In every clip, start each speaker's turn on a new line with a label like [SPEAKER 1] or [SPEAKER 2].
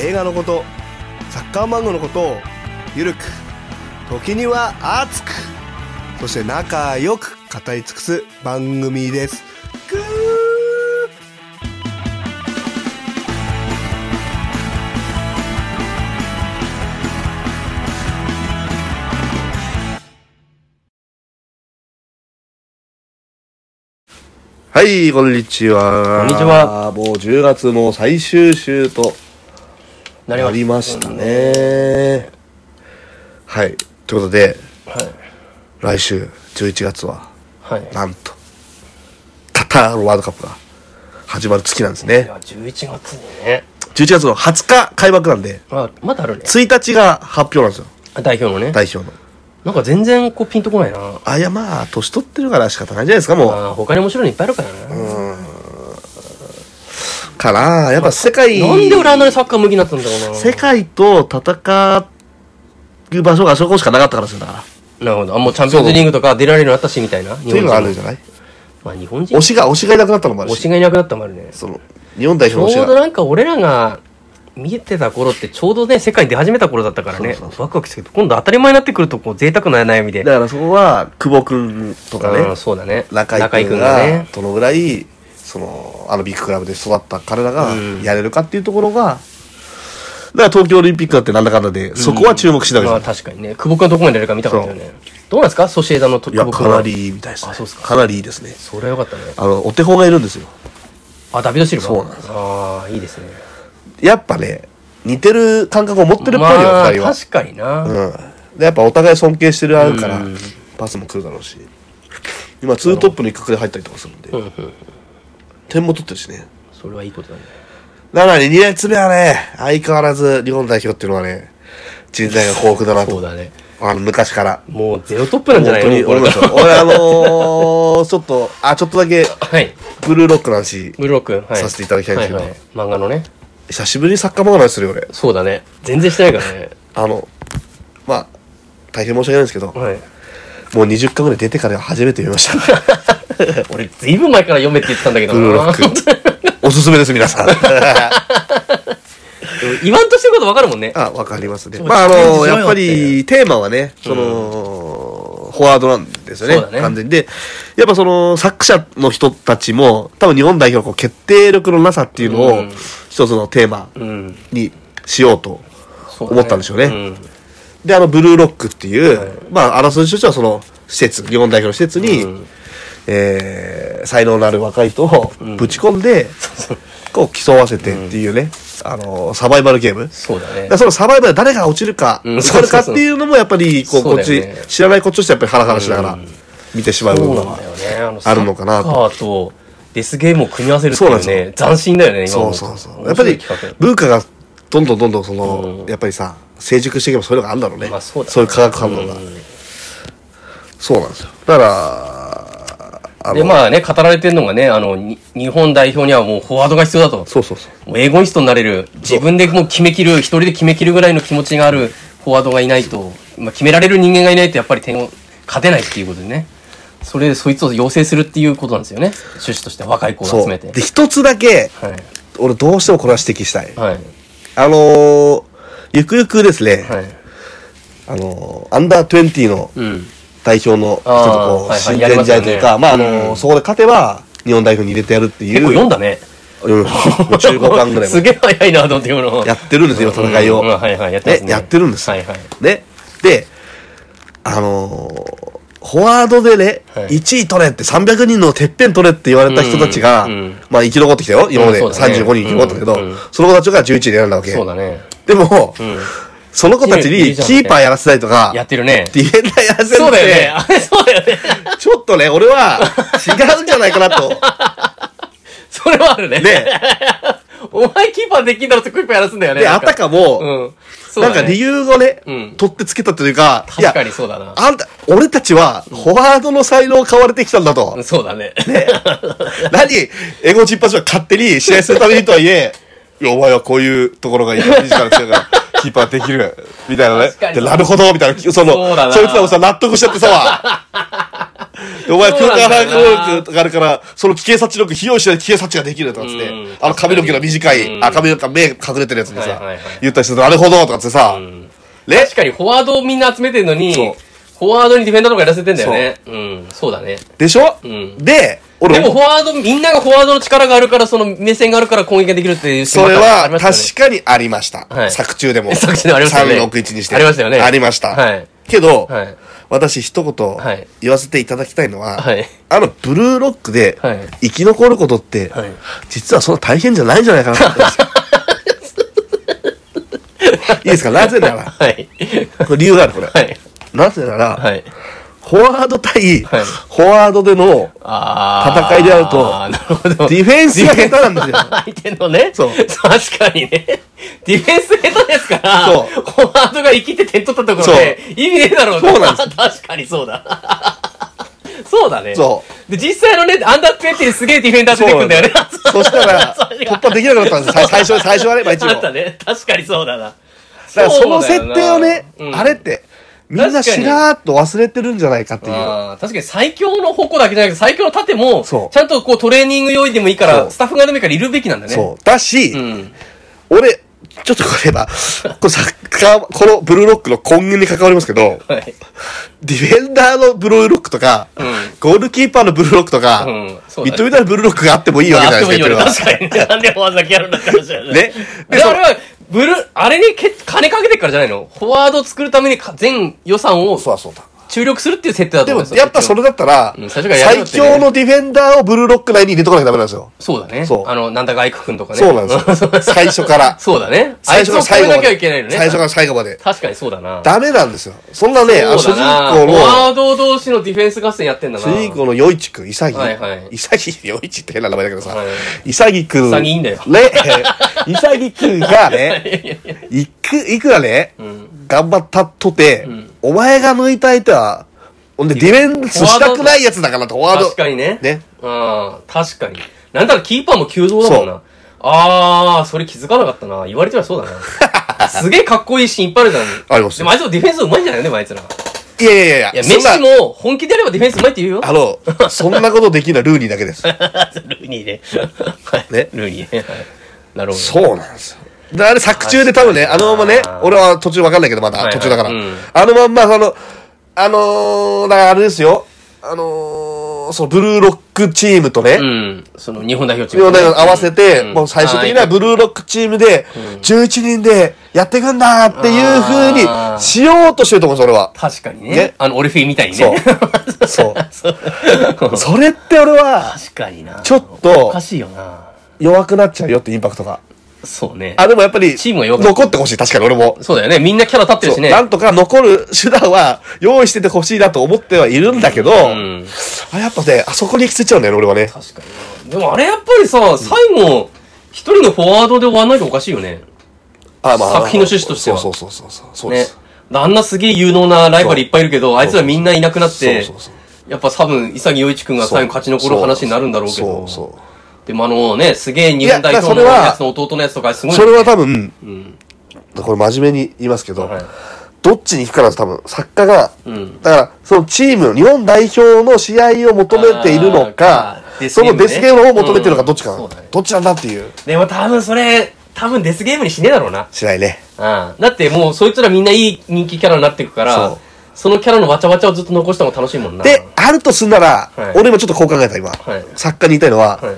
[SPEAKER 1] 映画のことサッカー漫画のことをゆるく時には熱くそして仲良く語り尽くす番組ですぐーはい、こんにちは。
[SPEAKER 2] こんにちは。
[SPEAKER 1] もう10月も最終週と
[SPEAKER 2] なり
[SPEAKER 1] あ
[SPEAKER 2] ま
[SPEAKER 1] り
[SPEAKER 2] し
[SPEAKER 1] ましたね。はい。ということで、
[SPEAKER 2] た。はい。
[SPEAKER 1] 来週11月は、
[SPEAKER 2] はい。
[SPEAKER 1] なんと、カタールワールドカップが始まる月なんです
[SPEAKER 2] い
[SPEAKER 1] ね。
[SPEAKER 2] や、11月にね。
[SPEAKER 1] 11月の20日開幕なんで、
[SPEAKER 2] あ、まだあるね。
[SPEAKER 1] 1日が発表なんですよ、
[SPEAKER 2] 代表のね。
[SPEAKER 1] 代表の。
[SPEAKER 2] なんか全然こうピンとこないな。
[SPEAKER 1] あ、いやまあ、年取ってるから仕方ないんじゃないですか、も
[SPEAKER 2] あー他に面白いのいっぱいあるからな。
[SPEAKER 1] う。かなやっぱ世界、
[SPEAKER 2] なんで俺あんなにサッカー向きになったんだろうな。
[SPEAKER 1] 世界と戦う場所があそこしかなかったからですよな。
[SPEAKER 2] なるほど。あ、もうチャンピオンズリーグとか出られるようになったし、みたいな。
[SPEAKER 1] と
[SPEAKER 2] 日
[SPEAKER 1] いうの
[SPEAKER 2] 本人
[SPEAKER 1] があるんじゃない
[SPEAKER 2] まあ日本人
[SPEAKER 1] 推、しが、推しがいなくなったのもある
[SPEAKER 2] 推
[SPEAKER 1] し
[SPEAKER 2] し、がいなくなったもあるね。ち
[SPEAKER 1] その、日本代表
[SPEAKER 2] ょ
[SPEAKER 1] の推
[SPEAKER 2] う
[SPEAKER 1] し
[SPEAKER 2] ど
[SPEAKER 1] が。
[SPEAKER 2] なんか俺らが見えてた頃ってちょうどね、世界に出始めた頃だったからね
[SPEAKER 1] そうそう。
[SPEAKER 2] ワクワクしてるけど、今度当たり前になってくるとこう贅沢な悩みで。
[SPEAKER 1] だからそこは、久保くんとかね、
[SPEAKER 2] うんそうだね。
[SPEAKER 1] 中井君
[SPEAKER 2] 君
[SPEAKER 1] が。どのぐらいそのあのビッグクラブで育った彼らが
[SPEAKER 2] うん
[SPEAKER 1] やれるかっていうところが、だから東京オリンピックだってなんだかんだでそこは注目してたわけ
[SPEAKER 2] まあ
[SPEAKER 1] ですよ、
[SPEAKER 2] 確かにね。久保君はどこまでやるか見たかったよね。どうなんですかソシエダのと
[SPEAKER 1] いや
[SPEAKER 2] 久保
[SPEAKER 1] か
[SPEAKER 2] 君
[SPEAKER 1] な
[SPEAKER 2] は。
[SPEAKER 1] りいいみたいですね
[SPEAKER 2] あそうっすか
[SPEAKER 1] かなりいいですね
[SPEAKER 2] それはよかったね。
[SPEAKER 1] あのお手本がいるんですよ
[SPEAKER 2] あ、ダビド・シルバ
[SPEAKER 1] そうなんで
[SPEAKER 2] ああ、いいですね。
[SPEAKER 1] やっぱね似てる感覚を持ってるっぽいよ、
[SPEAKER 2] まあ、
[SPEAKER 1] 二人は、
[SPEAKER 2] 確かにな。
[SPEAKER 1] うん、でやっぱお互い尊敬してるあるから、
[SPEAKER 2] うん
[SPEAKER 1] パスも来るだろうし今ツートップの一角で入ったりとかするんで、
[SPEAKER 2] うんうん。
[SPEAKER 1] 点も取ってるしね
[SPEAKER 2] それはいいことだね。
[SPEAKER 1] なのに2列目はね、相変わらず日本代表っていうのはね、人材が豊富だな
[SPEAKER 2] そう
[SPEAKER 1] と。
[SPEAKER 2] だね。
[SPEAKER 1] あの、昔から。
[SPEAKER 2] もうゼロトップな
[SPEAKER 1] 本
[SPEAKER 2] んじゃない
[SPEAKER 1] 当
[SPEAKER 2] の
[SPEAKER 1] に、俺も
[SPEAKER 2] これから
[SPEAKER 1] 俺あのー、ちょっと、あ、ちょっとだけ、
[SPEAKER 2] はい。
[SPEAKER 1] ブルーロックの話、
[SPEAKER 2] ブルロック、はい。
[SPEAKER 1] させていただきたいんですけど
[SPEAKER 2] ははい漫画のね。
[SPEAKER 1] 久しぶりにサッカー漫画の話するよ、俺。
[SPEAKER 2] そうだね。全然してないから ね。
[SPEAKER 1] あの、まあ、大変申し訳ないんですけど、も
[SPEAKER 2] はい。
[SPEAKER 1] う20巻ぐらい出てから初めて見ま した。
[SPEAKER 2] 俺、ずいぶん前から読めって言ってたんだけど
[SPEAKER 1] ブルーロッ ク。おすすめです、皆さん。
[SPEAKER 2] 言わんとしてることわかるもんね。
[SPEAKER 1] あ、わかりますね。
[SPEAKER 2] そう
[SPEAKER 1] まあ、あの、
[SPEAKER 2] チャレンジしろよ
[SPEAKER 1] やっぱり、テーマはね、その、フォワードなんですよね。
[SPEAKER 2] そうだね
[SPEAKER 1] 完全に。で、やっぱその、作者の人たちも、多分日本代表のこう決定力のなさっていうのを
[SPEAKER 2] うん、
[SPEAKER 1] 一つのテーマ
[SPEAKER 2] うん。
[SPEAKER 1] にしようと。
[SPEAKER 2] そうだ
[SPEAKER 1] 思ったんでしょうね
[SPEAKER 2] うん
[SPEAKER 1] で、あの、ブルーロックっていう、
[SPEAKER 2] はい
[SPEAKER 1] まあ、争いとしてはその、施設、日本代表の施設に、
[SPEAKER 2] うん
[SPEAKER 1] えー才能のある若い人をぶち込んで、こう、競わせてっていうね、あの、サバイバルゲーム。
[SPEAKER 2] そうだ
[SPEAKER 1] だ
[SPEAKER 2] ね
[SPEAKER 1] から。そのサバイバル誰が落ちるか、
[SPEAKER 2] うん
[SPEAKER 1] 受かるかっていうのもやっぱりこう
[SPEAKER 2] そう
[SPEAKER 1] こっ
[SPEAKER 2] だ
[SPEAKER 1] ち、
[SPEAKER 2] よね
[SPEAKER 1] 知らないこっちとしてやっぱりハラハラしながら見てしまう部
[SPEAKER 2] そう
[SPEAKER 1] 分
[SPEAKER 2] なん
[SPEAKER 1] は
[SPEAKER 2] だよね。あの
[SPEAKER 1] あるのかなと
[SPEAKER 2] サッカーとデスゲームを組み合わせるって
[SPEAKER 1] そ
[SPEAKER 2] い
[SPEAKER 1] う
[SPEAKER 2] う
[SPEAKER 1] なんで
[SPEAKER 2] ね、斬新だよね、今
[SPEAKER 1] そ
[SPEAKER 2] 思
[SPEAKER 1] う
[SPEAKER 2] と
[SPEAKER 1] そうそうやっぱり
[SPEAKER 2] 面白い企
[SPEAKER 1] 文化がどんどんどんどんその、
[SPEAKER 2] うん
[SPEAKER 1] やっぱりさ成熟していけばそういうのがあるんだろうね,、
[SPEAKER 2] まあそうだね
[SPEAKER 1] いう化学反応が、そうなんですよだからあの
[SPEAKER 2] 画で、まあね、語られてるのがね、あの、に日本代表にはもうフォワードが必要だと。
[SPEAKER 1] そうそうそう
[SPEAKER 2] もうエゴイストになれる。自分でもう決め切る、一人で決め切るぐらいの気持ちがあるフォワードがいないと、まあ、決められる人間がいないとやっぱり点を勝てないっていうことでね。それでそいつを養成するっていうことなんですよね。趣旨として若い子を
[SPEAKER 1] そ
[SPEAKER 2] 集
[SPEAKER 1] う
[SPEAKER 2] めて。
[SPEAKER 1] で一つだけ
[SPEAKER 2] はい。
[SPEAKER 1] 俺どうしてもこれは指摘したい、
[SPEAKER 2] はい。
[SPEAKER 1] あのーゆくゆくですね、
[SPEAKER 2] はい。
[SPEAKER 1] あのーアンダー20の
[SPEAKER 2] うん。
[SPEAKER 1] 代表の人とこ
[SPEAKER 2] あー
[SPEAKER 1] う、
[SPEAKER 2] はいはい
[SPEAKER 1] 親善試合というか、
[SPEAKER 2] やりま
[SPEAKER 1] まあ、あ
[SPEAKER 2] すよね
[SPEAKER 1] の、そこで勝てば、日本代表に入れてやるっていう、
[SPEAKER 2] 結構読んだね。
[SPEAKER 1] うん15巻ぐらい
[SPEAKER 2] す
[SPEAKER 1] まで
[SPEAKER 2] げえ早いなと思って読むの。
[SPEAKER 1] やってるんですよ、今戦いを。
[SPEAKER 2] うんうんはいはいやってますね
[SPEAKER 1] ねやってるんですよ
[SPEAKER 2] はいはい
[SPEAKER 1] ね。で、あのーフォワードでね、
[SPEAKER 2] はい
[SPEAKER 1] 1位取れって、300人のてっぺん取れって言われた人たちが、
[SPEAKER 2] うんうん
[SPEAKER 1] まあ生き残ってきたよ、今まで
[SPEAKER 2] うんそうだね
[SPEAKER 1] 35人生き残ったけど、
[SPEAKER 2] うんうん
[SPEAKER 1] その子たちが11位で選んだわけ。
[SPEAKER 2] そうだね。
[SPEAKER 1] でも、
[SPEAKER 2] ん
[SPEAKER 1] その子たち
[SPEAKER 2] いい
[SPEAKER 1] に
[SPEAKER 2] じゃん
[SPEAKER 1] キーパーやらせたりとか、
[SPEAKER 2] やってるね。
[SPEAKER 1] ディフェンダーやらせるって、
[SPEAKER 2] そうだよね。あれそうだよね。
[SPEAKER 1] ちょっとね、俺 は違うんじゃないかなと。
[SPEAKER 2] それはあるね。
[SPEAKER 1] ね
[SPEAKER 2] お前キーパーできんだろってクイックやらすんだよね。
[SPEAKER 1] で、
[SPEAKER 2] な
[SPEAKER 1] あ
[SPEAKER 2] んか
[SPEAKER 1] たかも、
[SPEAKER 2] うん。そう
[SPEAKER 1] な
[SPEAKER 2] だ
[SPEAKER 1] ん
[SPEAKER 2] ね
[SPEAKER 1] か理由をね、
[SPEAKER 2] うん
[SPEAKER 1] 取ってつけたというか、いや
[SPEAKER 2] 確かにそうだな。
[SPEAKER 1] あんた、俺たちは、フォワードの才能を買われてきたんだと。
[SPEAKER 2] そうだね。
[SPEAKER 1] 何、エゴチンパチは勝手に試合するためにとはいえ、いやお前はこういうところがいいから、力強いから、キーパーできる、みたいな
[SPEAKER 2] 確か
[SPEAKER 1] ね。
[SPEAKER 2] に
[SPEAKER 1] でなるほど、みたいな、その、
[SPEAKER 2] そうだな
[SPEAKER 1] そいつらもさ、納得しちゃってさ、でお前、
[SPEAKER 2] そう
[SPEAKER 1] 空
[SPEAKER 2] な
[SPEAKER 1] 間
[SPEAKER 2] んだ
[SPEAKER 1] 把
[SPEAKER 2] よな
[SPEAKER 1] 握能力があるから、その危険察知力、費用しない危険察知ができるとかっつって
[SPEAKER 2] うん、
[SPEAKER 1] あの髪の毛が短
[SPEAKER 2] う
[SPEAKER 1] い、
[SPEAKER 2] ん
[SPEAKER 1] あ、髪の毛が目隠れてるやつに
[SPEAKER 2] はい
[SPEAKER 1] さ
[SPEAKER 2] はいはい、
[SPEAKER 1] 言ったりして、なるほど、とかっつってさ、ね
[SPEAKER 2] 確かにフォワードをみんな集めてんのに、
[SPEAKER 1] そう
[SPEAKER 2] フォワードにディフェンダーとかやらせてんだよね。うん、そうだね。
[SPEAKER 1] でしょ
[SPEAKER 2] ん
[SPEAKER 1] で、俺、
[SPEAKER 2] でもフォワード、みんながフォワードの力があるから、その目線があるから攻撃ができるっていうシーン
[SPEAKER 1] それ
[SPEAKER 2] があ
[SPEAKER 1] は
[SPEAKER 2] りましたよね
[SPEAKER 1] 確かにありました。
[SPEAKER 2] はい
[SPEAKER 1] 作中でも。
[SPEAKER 2] 作中でもありましたよね
[SPEAKER 1] 361にして。
[SPEAKER 2] ありましたよね
[SPEAKER 1] ありました。
[SPEAKER 2] はい
[SPEAKER 1] けど、
[SPEAKER 2] はい
[SPEAKER 1] 私一言
[SPEAKER 2] はい
[SPEAKER 1] 言わせていただきたいのは、
[SPEAKER 2] はい
[SPEAKER 1] あのブルーロックで
[SPEAKER 2] はい
[SPEAKER 1] 生き残ることって、
[SPEAKER 2] はい
[SPEAKER 1] 実はそんな大変じゃないんじゃないかな と思ってます。いいですかなぜなら、
[SPEAKER 2] はい。
[SPEAKER 1] これ理由がある、これ。
[SPEAKER 2] はい。
[SPEAKER 1] なぜなら、
[SPEAKER 2] はい。
[SPEAKER 1] フォワード対、
[SPEAKER 2] はい
[SPEAKER 1] フォワードで の
[SPEAKER 2] あー
[SPEAKER 1] 戦いであると
[SPEAKER 2] あーなるほど。
[SPEAKER 1] ディフェンスが下手なんですよ。
[SPEAKER 2] 相手のね。
[SPEAKER 1] そう
[SPEAKER 2] 確かにね。ディフェンス下手ですから、
[SPEAKER 1] そう
[SPEAKER 2] フォワードが生きて点取ったところで、意味ねえだろ
[SPEAKER 1] そうなんで
[SPEAKER 2] 確かにそうだ。 そうだね。。
[SPEAKER 1] そう
[SPEAKER 2] で、実際のね、アンダー20ですげえディフェンダー出てくんだよね。
[SPEAKER 1] そした ら、
[SPEAKER 2] それ
[SPEAKER 1] 突
[SPEAKER 2] が
[SPEAKER 1] 破できなくなったんです。さい最初、最初はね、まあ一応。
[SPEAKER 2] あったね。確かにそうだな。
[SPEAKER 1] だからその
[SPEAKER 2] うだ
[SPEAKER 1] 設
[SPEAKER 2] よな
[SPEAKER 1] 定をね、
[SPEAKER 2] うん
[SPEAKER 1] あれって、みんなしらーっと忘れてるんじゃないかっていう。
[SPEAKER 2] あー確かに最強の矛だけじゃなくて、最強の盾も、ち
[SPEAKER 1] そう
[SPEAKER 2] ゃんとこうトレーニング用意でもいいか
[SPEAKER 1] そ
[SPEAKER 2] ら、
[SPEAKER 1] う
[SPEAKER 2] スタッフがでもいいからいるべきなんだね。
[SPEAKER 1] そう。だし、
[SPEAKER 2] うん。
[SPEAKER 1] 俺、ちょっとこれ は、このサッカー、このブルーロックの根源に関わりますけど、
[SPEAKER 2] はい。
[SPEAKER 1] ディフェンダーのブルーロックとか、
[SPEAKER 2] ん
[SPEAKER 1] ゴールキーパーのブルーロックとか、
[SPEAKER 2] うんそうだね
[SPEAKER 1] 認めたらブルーロックがあってもいいわけじ
[SPEAKER 2] あ
[SPEAKER 1] ゃ
[SPEAKER 2] っ
[SPEAKER 1] な
[SPEAKER 2] て
[SPEAKER 1] い
[SPEAKER 2] もいい
[SPEAKER 1] です
[SPEAKER 2] よ
[SPEAKER 1] か
[SPEAKER 2] ね。
[SPEAKER 1] 言っ
[SPEAKER 2] 確かに。なんでわざきやるんだって話だ
[SPEAKER 1] てる
[SPEAKER 2] よ
[SPEAKER 1] のは。ね。
[SPEAKER 2] ね。
[SPEAKER 1] で
[SPEAKER 2] で、
[SPEAKER 1] そ
[SPEAKER 2] あ
[SPEAKER 1] の
[SPEAKER 2] れは、ブルー、あれにけ金かけてっからじゃないのフォワードを作るためにか全予算を
[SPEAKER 1] そうだそうだ。
[SPEAKER 2] 注力するっていう設定だと
[SPEAKER 1] で
[SPEAKER 2] 思
[SPEAKER 1] も
[SPEAKER 2] う、よ
[SPEAKER 1] やっぱそれだったら、
[SPEAKER 2] うん最初からやるよ
[SPEAKER 1] 最
[SPEAKER 2] ってね
[SPEAKER 1] 強のディフェンダーをブルーロック内に入れとかなきゃダメなんですよ。
[SPEAKER 2] そうだね。
[SPEAKER 1] そう
[SPEAKER 2] あの、なんだかアイクくんとかね。
[SPEAKER 1] そうなんです よ。最初から。
[SPEAKER 2] そうだね。あ
[SPEAKER 1] 最
[SPEAKER 2] いつ
[SPEAKER 1] 初か
[SPEAKER 2] を
[SPEAKER 1] ら
[SPEAKER 2] 超
[SPEAKER 1] 最
[SPEAKER 2] え
[SPEAKER 1] 後ま
[SPEAKER 2] な
[SPEAKER 1] で。
[SPEAKER 2] きゃいけないのね。
[SPEAKER 1] 最初から最後まで。
[SPEAKER 2] 確かにそうだな。
[SPEAKER 1] ダメなんですよ。そんなね、あの主
[SPEAKER 2] そ
[SPEAKER 1] 人
[SPEAKER 2] うだな。
[SPEAKER 1] 公
[SPEAKER 2] フォワ
[SPEAKER 1] の、
[SPEAKER 2] ード同士のディフェンス合戦やってんだな。
[SPEAKER 1] 主人公のヨイチ君、イサギ。
[SPEAKER 2] はいはい
[SPEAKER 1] イサギ、ヨイチって変な名前だけどさ
[SPEAKER 2] は。
[SPEAKER 1] イサギ君。
[SPEAKER 2] 潔いんだよ
[SPEAKER 1] ね、 イサギ君がね、いく、いくらね、頑張ったとて、お前が抜いた相手は、ほんでディフェンスしたくないやつだからと、フォワード。
[SPEAKER 2] 確かにね。
[SPEAKER 1] ね。
[SPEAKER 2] うん、確かに。なんだろ、キーパーも急増だもん
[SPEAKER 1] そ
[SPEAKER 2] な。あー、それ気づかなかったな。言われてはそうだ な。すげえかっこいいシーンいっぱいあるじゃん。
[SPEAKER 1] あります
[SPEAKER 2] でもあいつもディフェンスうまいんじゃないでもあいつら。
[SPEAKER 1] い
[SPEAKER 2] い
[SPEAKER 1] やいやいや
[SPEAKER 2] や、
[SPEAKER 1] そ
[SPEAKER 2] メッ
[SPEAKER 1] んな
[SPEAKER 2] シも本気でやればディフェンスうまいって言うよ。
[SPEAKER 1] あの、そんなことできるのはルーニーだけです。
[SPEAKER 2] ルーニー で。はい
[SPEAKER 1] ね
[SPEAKER 2] ルーニーね。はいなるほど。
[SPEAKER 1] そうなんですよ。であれ作中で多分ね、あのままね、俺は途中わかんないけど、ま
[SPEAKER 2] はい
[SPEAKER 1] だ
[SPEAKER 2] はい
[SPEAKER 1] 途中だから。
[SPEAKER 2] うん
[SPEAKER 1] あのまんま、あの、あのー、だからあれですよ。あのー、そのブルーロックチームとね、
[SPEAKER 2] うん。その日本代表チー
[SPEAKER 1] 両
[SPEAKER 2] ムね。
[SPEAKER 1] 代を合わせて、
[SPEAKER 2] ん
[SPEAKER 1] もう最終的に
[SPEAKER 2] あ
[SPEAKER 1] は
[SPEAKER 2] ー
[SPEAKER 1] ブルーロックチームで、11人でやっていくんだっていう風
[SPEAKER 2] あ
[SPEAKER 1] に
[SPEAKER 2] ー
[SPEAKER 1] しようとしてると思うんですよ、俺は。
[SPEAKER 2] 確かに
[SPEAKER 1] ね
[SPEAKER 2] ね。あの、オルフィーみたいに
[SPEAKER 1] そ
[SPEAKER 2] ね。
[SPEAKER 1] う。そう。
[SPEAKER 2] そう。
[SPEAKER 1] それって俺は、
[SPEAKER 2] 確かにな。
[SPEAKER 1] ちょっと
[SPEAKER 2] おかしいよな。
[SPEAKER 1] 弱くなっちゃうよってインパクトが。
[SPEAKER 2] そうね。
[SPEAKER 1] あ、でもやっぱり、
[SPEAKER 2] チームが弱くなっ
[SPEAKER 1] 残ってほしい、確かに俺も。
[SPEAKER 2] そうだよね。みんなキャラ立ってる
[SPEAKER 1] そ
[SPEAKER 2] し
[SPEAKER 1] う
[SPEAKER 2] ね。
[SPEAKER 1] なんとか残る手段は用意しててほしいなと思ってはいるんだけど、
[SPEAKER 2] ん
[SPEAKER 1] あやっぱね、あそこに行き着いちゃうんだよね、俺はね。
[SPEAKER 2] 確かになでもあれやっぱりさ、最後、一人のフォワードで終わんないとおかしいよね。
[SPEAKER 1] あ
[SPEAKER 2] 作品の趣旨としては
[SPEAKER 1] そうそうそうそう。そうで
[SPEAKER 2] ね
[SPEAKER 1] す。。
[SPEAKER 2] あんなすげえ有能なライバルいっぱいいるけど、あいつらみんないなくなっ
[SPEAKER 1] そう
[SPEAKER 2] て
[SPEAKER 1] そうそう、
[SPEAKER 2] やっぱ多分、潔陽一君が最後勝ち残る話になるんだろうけど。
[SPEAKER 1] そうそう
[SPEAKER 2] でもあのね、すげえ日
[SPEAKER 1] いや
[SPEAKER 2] 本代表
[SPEAKER 1] だ
[SPEAKER 2] の
[SPEAKER 1] からそれは
[SPEAKER 2] やつの弟のやつとかすごい。
[SPEAKER 1] それは多分、これ真面目に言いますけど、
[SPEAKER 2] はい
[SPEAKER 1] どっちに行くかなんです多分、作家が、
[SPEAKER 2] ん
[SPEAKER 1] だから、そのチーム、日本代表の試合を求めているのか
[SPEAKER 2] あ、ーデス
[SPEAKER 1] そ
[SPEAKER 2] ゲーム
[SPEAKER 1] の
[SPEAKER 2] ね
[SPEAKER 1] デスゲームを求めてるのか、どっちかな、
[SPEAKER 2] うんそうだね
[SPEAKER 1] どっちなんだっていう
[SPEAKER 2] でも多分それ、多分デスゲームにしねえだろうな。
[SPEAKER 1] 試合ね。
[SPEAKER 2] うん。だってもうそいつらみんないい人気キャラになってくか
[SPEAKER 1] そ
[SPEAKER 2] ら
[SPEAKER 1] う、
[SPEAKER 2] そのキャラのわちゃわちゃをずっと残したのも楽しいもんな。
[SPEAKER 1] で、あるとすんなら、
[SPEAKER 2] はい
[SPEAKER 1] 俺もちょっとこう考えた、今。
[SPEAKER 2] はい
[SPEAKER 1] 作家に言いたいのは、
[SPEAKER 2] はい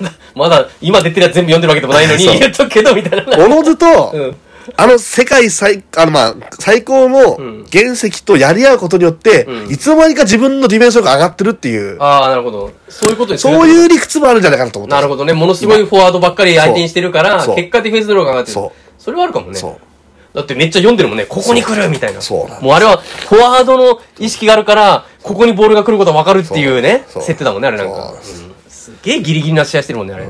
[SPEAKER 2] まだ、まだ今出てるやつ全部読んでるわけでもないのに、
[SPEAKER 1] そう
[SPEAKER 2] 言っとくけど、みたいな。
[SPEAKER 1] おのずと、
[SPEAKER 2] うん
[SPEAKER 1] あの世界最、あのまあ、最高の原石とやり合うことによって、
[SPEAKER 2] うん
[SPEAKER 1] いつの間にか自分のディフェンス力が上がってるっていう、
[SPEAKER 2] ああ、なるほど。そういうことです
[SPEAKER 1] そう
[SPEAKER 2] う。
[SPEAKER 1] いう理屈もあるんじゃないかなと思って
[SPEAKER 2] な
[SPEAKER 1] ます
[SPEAKER 2] るほどね。ものすごいフォワードばっかり相手にしてるから
[SPEAKER 1] そう、
[SPEAKER 2] 結果ディフェンスの量が上がってる。
[SPEAKER 1] そう
[SPEAKER 2] それはあるかもね。
[SPEAKER 1] そう
[SPEAKER 2] だってめっちゃ読んでるもんね。ここに来るみたいな。
[SPEAKER 1] そうなんです
[SPEAKER 2] もうあれは、フォワードの意識があるから、ここにボールが来ることは分かるっていうね、
[SPEAKER 1] そう
[SPEAKER 2] 設定だもんね、あれなん
[SPEAKER 1] そう
[SPEAKER 2] か
[SPEAKER 1] なんで。
[SPEAKER 2] うんすげえギリギリな試合してるもんね、あれ。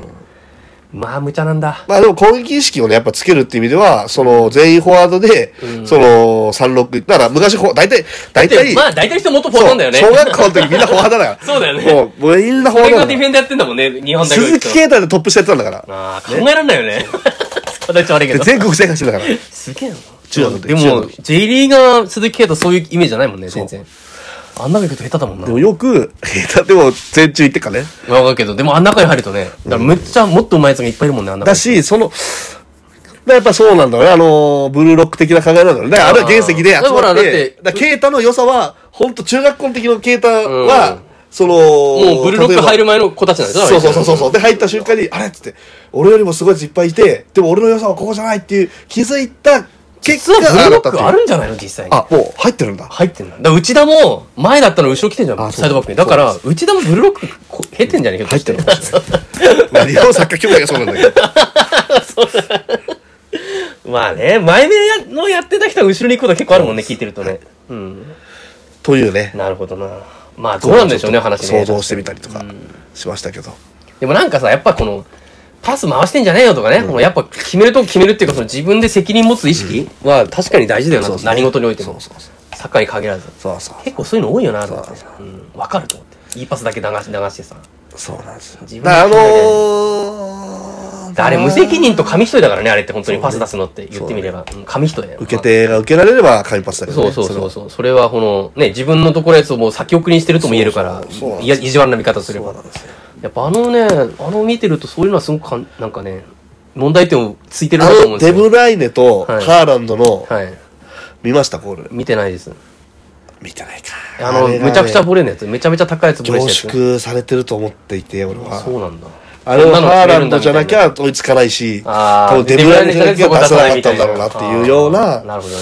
[SPEAKER 2] まあ、無茶なんだ。
[SPEAKER 1] まあでも攻撃意識をね、やっぱつけるっていう意味では、その全員フォワードで、その3-6、だから昔フォ、大体、大
[SPEAKER 2] で、
[SPEAKER 1] 体、
[SPEAKER 2] まあ、大体の人もっとフォ
[SPEAKER 1] そ
[SPEAKER 2] ワ
[SPEAKER 1] う
[SPEAKER 2] ードなんだよ
[SPEAKER 1] 小
[SPEAKER 2] ね。
[SPEAKER 1] 学校の時みんなフォワードだから。
[SPEAKER 2] そうだよね
[SPEAKER 1] もう、もうみんなフォワードだか
[SPEAKER 2] 俺がディ
[SPEAKER 1] ら
[SPEAKER 2] フェンダーやってんだもんね、日本代表
[SPEAKER 1] 鈴木啓太でトップ下やってたんだから。
[SPEAKER 2] ああ、考えらんないよね。 私悪いけ
[SPEAKER 1] で
[SPEAKER 2] ど。
[SPEAKER 1] 全国制覇してたから。
[SPEAKER 2] すげえな。
[SPEAKER 1] 中学の時
[SPEAKER 2] で
[SPEAKER 1] 中学
[SPEAKER 2] も
[SPEAKER 1] の時、
[SPEAKER 2] J リーが鈴木啓太そういうイメージじゃないもんね、全然。あん中行くと下手だもんな。
[SPEAKER 1] でもよく、 でも全中行ってっかね。
[SPEAKER 2] わかるけど、でもあん中に入るとね、だからむっちゃもっと上手いやつがいっぱいいるもんね、あん中
[SPEAKER 1] だ
[SPEAKER 2] に。
[SPEAKER 1] し、その、やっぱそうなんだろうね。あの、ブルーロック的な考えなんだろうね。だからあれは原石で集
[SPEAKER 2] だか
[SPEAKER 1] ま
[SPEAKER 2] ら
[SPEAKER 1] っ
[SPEAKER 2] だって
[SPEAKER 1] て、だからケイタの良さは、本当中学校の時のケイタは、
[SPEAKER 2] うん
[SPEAKER 1] その、
[SPEAKER 2] もうブルロック入る前の子たちなんでしょ
[SPEAKER 1] そうそうそう
[SPEAKER 2] う。
[SPEAKER 1] そうそう。で、入った瞬間に、あれっつって、俺よりもすごいやついっぱいいて、でも俺の良さはここじゃないっていう、気づいた結
[SPEAKER 2] 実
[SPEAKER 1] 果、
[SPEAKER 2] はブルロックあ
[SPEAKER 1] る
[SPEAKER 2] るんじゃないの、実際に。
[SPEAKER 1] あ、もう入ってるんだ。
[SPEAKER 2] 入ってんだ。だから内田も、前だったの後ろ来てんじゃん、
[SPEAKER 1] あそう
[SPEAKER 2] サイドバックに。だから、内田もブルロックこ経てんじゃねえか、
[SPEAKER 1] 入ってる
[SPEAKER 2] る
[SPEAKER 1] か。もしれない。まあ、日本サッカー協会がそうなんだけど。
[SPEAKER 2] まあね、前目のやってた人は後ろに行くことは結構あるもんね、聞いてるとね。うん。
[SPEAKER 1] というね。
[SPEAKER 2] なるほどな。まあ、どうなんでしょうね、話ね
[SPEAKER 1] 想。像してみたりとかしましたけど。
[SPEAKER 2] でもなんかさ、やっぱこの、パス回してんじゃねえよとかね、このやっぱ決めるとこ決めるっていうか、その自分で責任持つ意識は確かに大事だよなと、
[SPEAKER 1] そうそう
[SPEAKER 2] 何事においても。
[SPEAKER 1] そうそうそう
[SPEAKER 2] サッカーに限らず。
[SPEAKER 1] そうそう。
[SPEAKER 2] 結構そういうの多いよなと思って
[SPEAKER 1] そ
[SPEAKER 2] さ、うん、分かると思っていいパスだけ流し流してさ
[SPEAKER 1] そうなんですよ。
[SPEAKER 2] 自分で
[SPEAKER 1] だからあのー、
[SPEAKER 2] あれ無責任と紙一重だからねあれって本当にパス出すのって言ってみれば、うん紙一重だよ
[SPEAKER 1] 受け手が受けられれば紙パスだけど
[SPEAKER 2] そ
[SPEAKER 1] ね。
[SPEAKER 2] うそうそう
[SPEAKER 1] そ
[SPEAKER 2] そうそれはこのね自分のところやつをもう先送りにしてるとも言えるから
[SPEAKER 1] そうそうそう
[SPEAKER 2] いや意地悪な見方すれ
[SPEAKER 1] れは。
[SPEAKER 2] ば
[SPEAKER 1] そうなんですよ。
[SPEAKER 2] やっぱあのねあの見てるとそういうのはすごくかんなんかね問題点をついてるなと
[SPEAKER 1] あ
[SPEAKER 2] 思うん
[SPEAKER 1] の、
[SPEAKER 2] です
[SPEAKER 1] デ
[SPEAKER 2] よ
[SPEAKER 1] ブライネと
[SPEAKER 2] はい
[SPEAKER 1] ハーランドの、
[SPEAKER 2] はい
[SPEAKER 1] 見ました、ゴール。
[SPEAKER 2] 見てないです
[SPEAKER 1] 見てないか。
[SPEAKER 2] あの
[SPEAKER 1] れがね
[SPEAKER 2] めちゃくちゃボレーのやつめちゃめちゃ高いやつボレー
[SPEAKER 1] 凝
[SPEAKER 2] してるや
[SPEAKER 1] 縮されてると思っていて、俺
[SPEAKER 2] つそう
[SPEAKER 1] は。
[SPEAKER 2] なんだ
[SPEAKER 1] あれは
[SPEAKER 2] こんなの
[SPEAKER 1] ハー
[SPEAKER 2] 決め
[SPEAKER 1] ラ
[SPEAKER 2] る
[SPEAKER 1] ン
[SPEAKER 2] んだ
[SPEAKER 1] ド
[SPEAKER 2] み
[SPEAKER 1] じ
[SPEAKER 2] た
[SPEAKER 1] ゃ
[SPEAKER 2] いな
[SPEAKER 1] なきゃ追いつかないし、
[SPEAKER 2] あ
[SPEAKER 1] 多
[SPEAKER 2] あ
[SPEAKER 1] 分デブライネじゃなきゃ出さなか
[SPEAKER 2] み
[SPEAKER 1] った
[SPEAKER 2] た
[SPEAKER 1] ん
[SPEAKER 2] い
[SPEAKER 1] だろうなっていうよう
[SPEAKER 2] あー
[SPEAKER 1] な、
[SPEAKER 2] なるほどね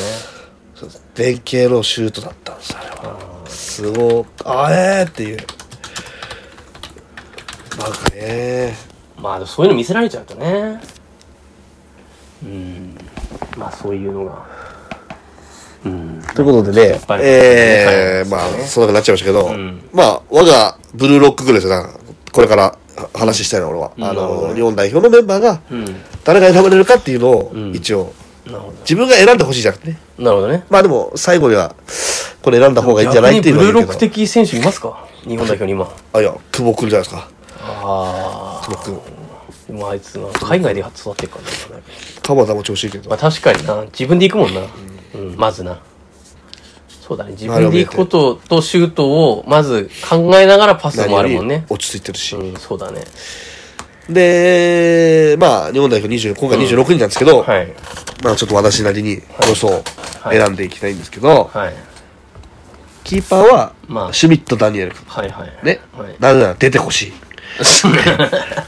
[SPEAKER 1] 連携のシュートだったんです、あれは。すごく、あえーっていう。なんかね、
[SPEAKER 2] まあでもそういうの見せられちゃうとねうんまあそういうのがうん
[SPEAKER 1] ということでね
[SPEAKER 2] ぱ、り
[SPEAKER 1] ええ
[SPEAKER 2] はい
[SPEAKER 1] まあ、そんなことになっちゃいましたけど、
[SPEAKER 2] ん
[SPEAKER 1] まあ、我がブルーロックぐらいですよ、これからは話したいのは、俺は。あ
[SPEAKER 2] なるほど
[SPEAKER 1] の、
[SPEAKER 2] ね
[SPEAKER 1] 日本代表のメンバーが、
[SPEAKER 2] うん
[SPEAKER 1] 誰が選ばれるかっていうのを、
[SPEAKER 2] ん
[SPEAKER 1] 一応、
[SPEAKER 2] なるほ
[SPEAKER 1] 自分が選んでほしいじゃなくてね。
[SPEAKER 2] どなるほどね
[SPEAKER 1] まあでも、最後には、これ選んだ方がいいんじゃないっていうの
[SPEAKER 2] 逆
[SPEAKER 1] は
[SPEAKER 2] にブ
[SPEAKER 1] 言
[SPEAKER 2] ルー
[SPEAKER 1] う
[SPEAKER 2] ロック
[SPEAKER 1] けど。
[SPEAKER 2] 的選手いますか日本代表に今
[SPEAKER 1] あ、いや、久保くんじゃないですか。
[SPEAKER 2] あ
[SPEAKER 1] 久保くん。
[SPEAKER 2] あでもあいつが海外で育ってるからね
[SPEAKER 1] 鎌田も調子いいけど
[SPEAKER 2] まあ。確かにな自分で行くもんな、うん、まずなそうだね自分で行くこととシュートをまず考えながらパスもあるもんね
[SPEAKER 1] 落ち着いてるし。
[SPEAKER 2] うんそうだね
[SPEAKER 1] で、まあ、日本代表20、今回26人なんですけど、
[SPEAKER 2] はい
[SPEAKER 1] まあちょっと私なりに予想を
[SPEAKER 2] はい
[SPEAKER 1] 選んでいきたいんですけど、
[SPEAKER 2] はい
[SPEAKER 1] キーパーは、
[SPEAKER 2] まあ
[SPEAKER 1] シュミット・ダニエル君。
[SPEAKER 2] はいはい
[SPEAKER 1] ね。
[SPEAKER 2] はい
[SPEAKER 1] なぜなら出てほしい。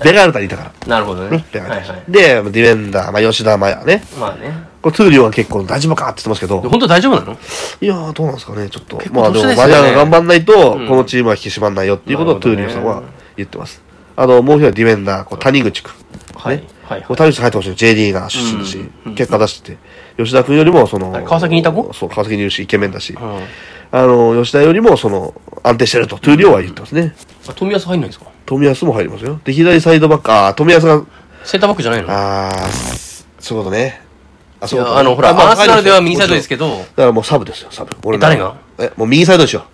[SPEAKER 1] ベガルタにいたから。
[SPEAKER 2] なるほどね。
[SPEAKER 1] ベガ
[SPEAKER 2] はい
[SPEAKER 1] ル
[SPEAKER 2] は
[SPEAKER 1] タ
[SPEAKER 2] い。
[SPEAKER 1] に。で、ディフェンダー、まあ吉田麻也ね。
[SPEAKER 2] まあね。
[SPEAKER 1] これ、トゥーリオは結構大丈夫かって言ってますけど、
[SPEAKER 2] 本当大丈夫なの
[SPEAKER 1] いやー、どうなんですかね、ちょっと。
[SPEAKER 2] 結構
[SPEAKER 1] まあでも、
[SPEAKER 2] 年
[SPEAKER 1] マ
[SPEAKER 2] 下
[SPEAKER 1] リ
[SPEAKER 2] です
[SPEAKER 1] ア
[SPEAKER 2] よね
[SPEAKER 1] が頑張んないと、
[SPEAKER 2] うん
[SPEAKER 1] このチームは引き締まらないよっていうことを
[SPEAKER 2] な
[SPEAKER 1] ト
[SPEAKER 2] る
[SPEAKER 1] ゥー
[SPEAKER 2] ほ
[SPEAKER 1] リ
[SPEAKER 2] どね
[SPEAKER 1] オさんは言ってます。あの、もう一人はディフェンダー、こう谷口くん。
[SPEAKER 2] はい
[SPEAKER 1] ね。
[SPEAKER 2] はい
[SPEAKER 1] こ
[SPEAKER 2] は
[SPEAKER 1] う谷口入ってほしい。JD が出身だし、結果出してて。吉田くんよりも、その
[SPEAKER 2] あ、れ川崎にいた子
[SPEAKER 1] そう、川崎にいるし、イケメンだし。
[SPEAKER 2] い。うん。
[SPEAKER 1] あの、吉田よりも、その、安定してると、トゥーリオは言ってますね。
[SPEAKER 2] あ、富安入んないんですか
[SPEAKER 1] 冨安も入りますよ。で、左サイドバック、あー、冨安が、
[SPEAKER 2] センターバックじゃないの
[SPEAKER 1] あー、そういうことね。あ、
[SPEAKER 2] い
[SPEAKER 1] いうこと
[SPEAKER 2] や
[SPEAKER 1] ね
[SPEAKER 2] あの、ほら、
[SPEAKER 1] まあ
[SPEAKER 2] アーセナルでは右サイドですけど、
[SPEAKER 1] だからもうサブですよ、サブ。俺
[SPEAKER 2] え誰が
[SPEAKER 1] え、もう右サイドでしょ。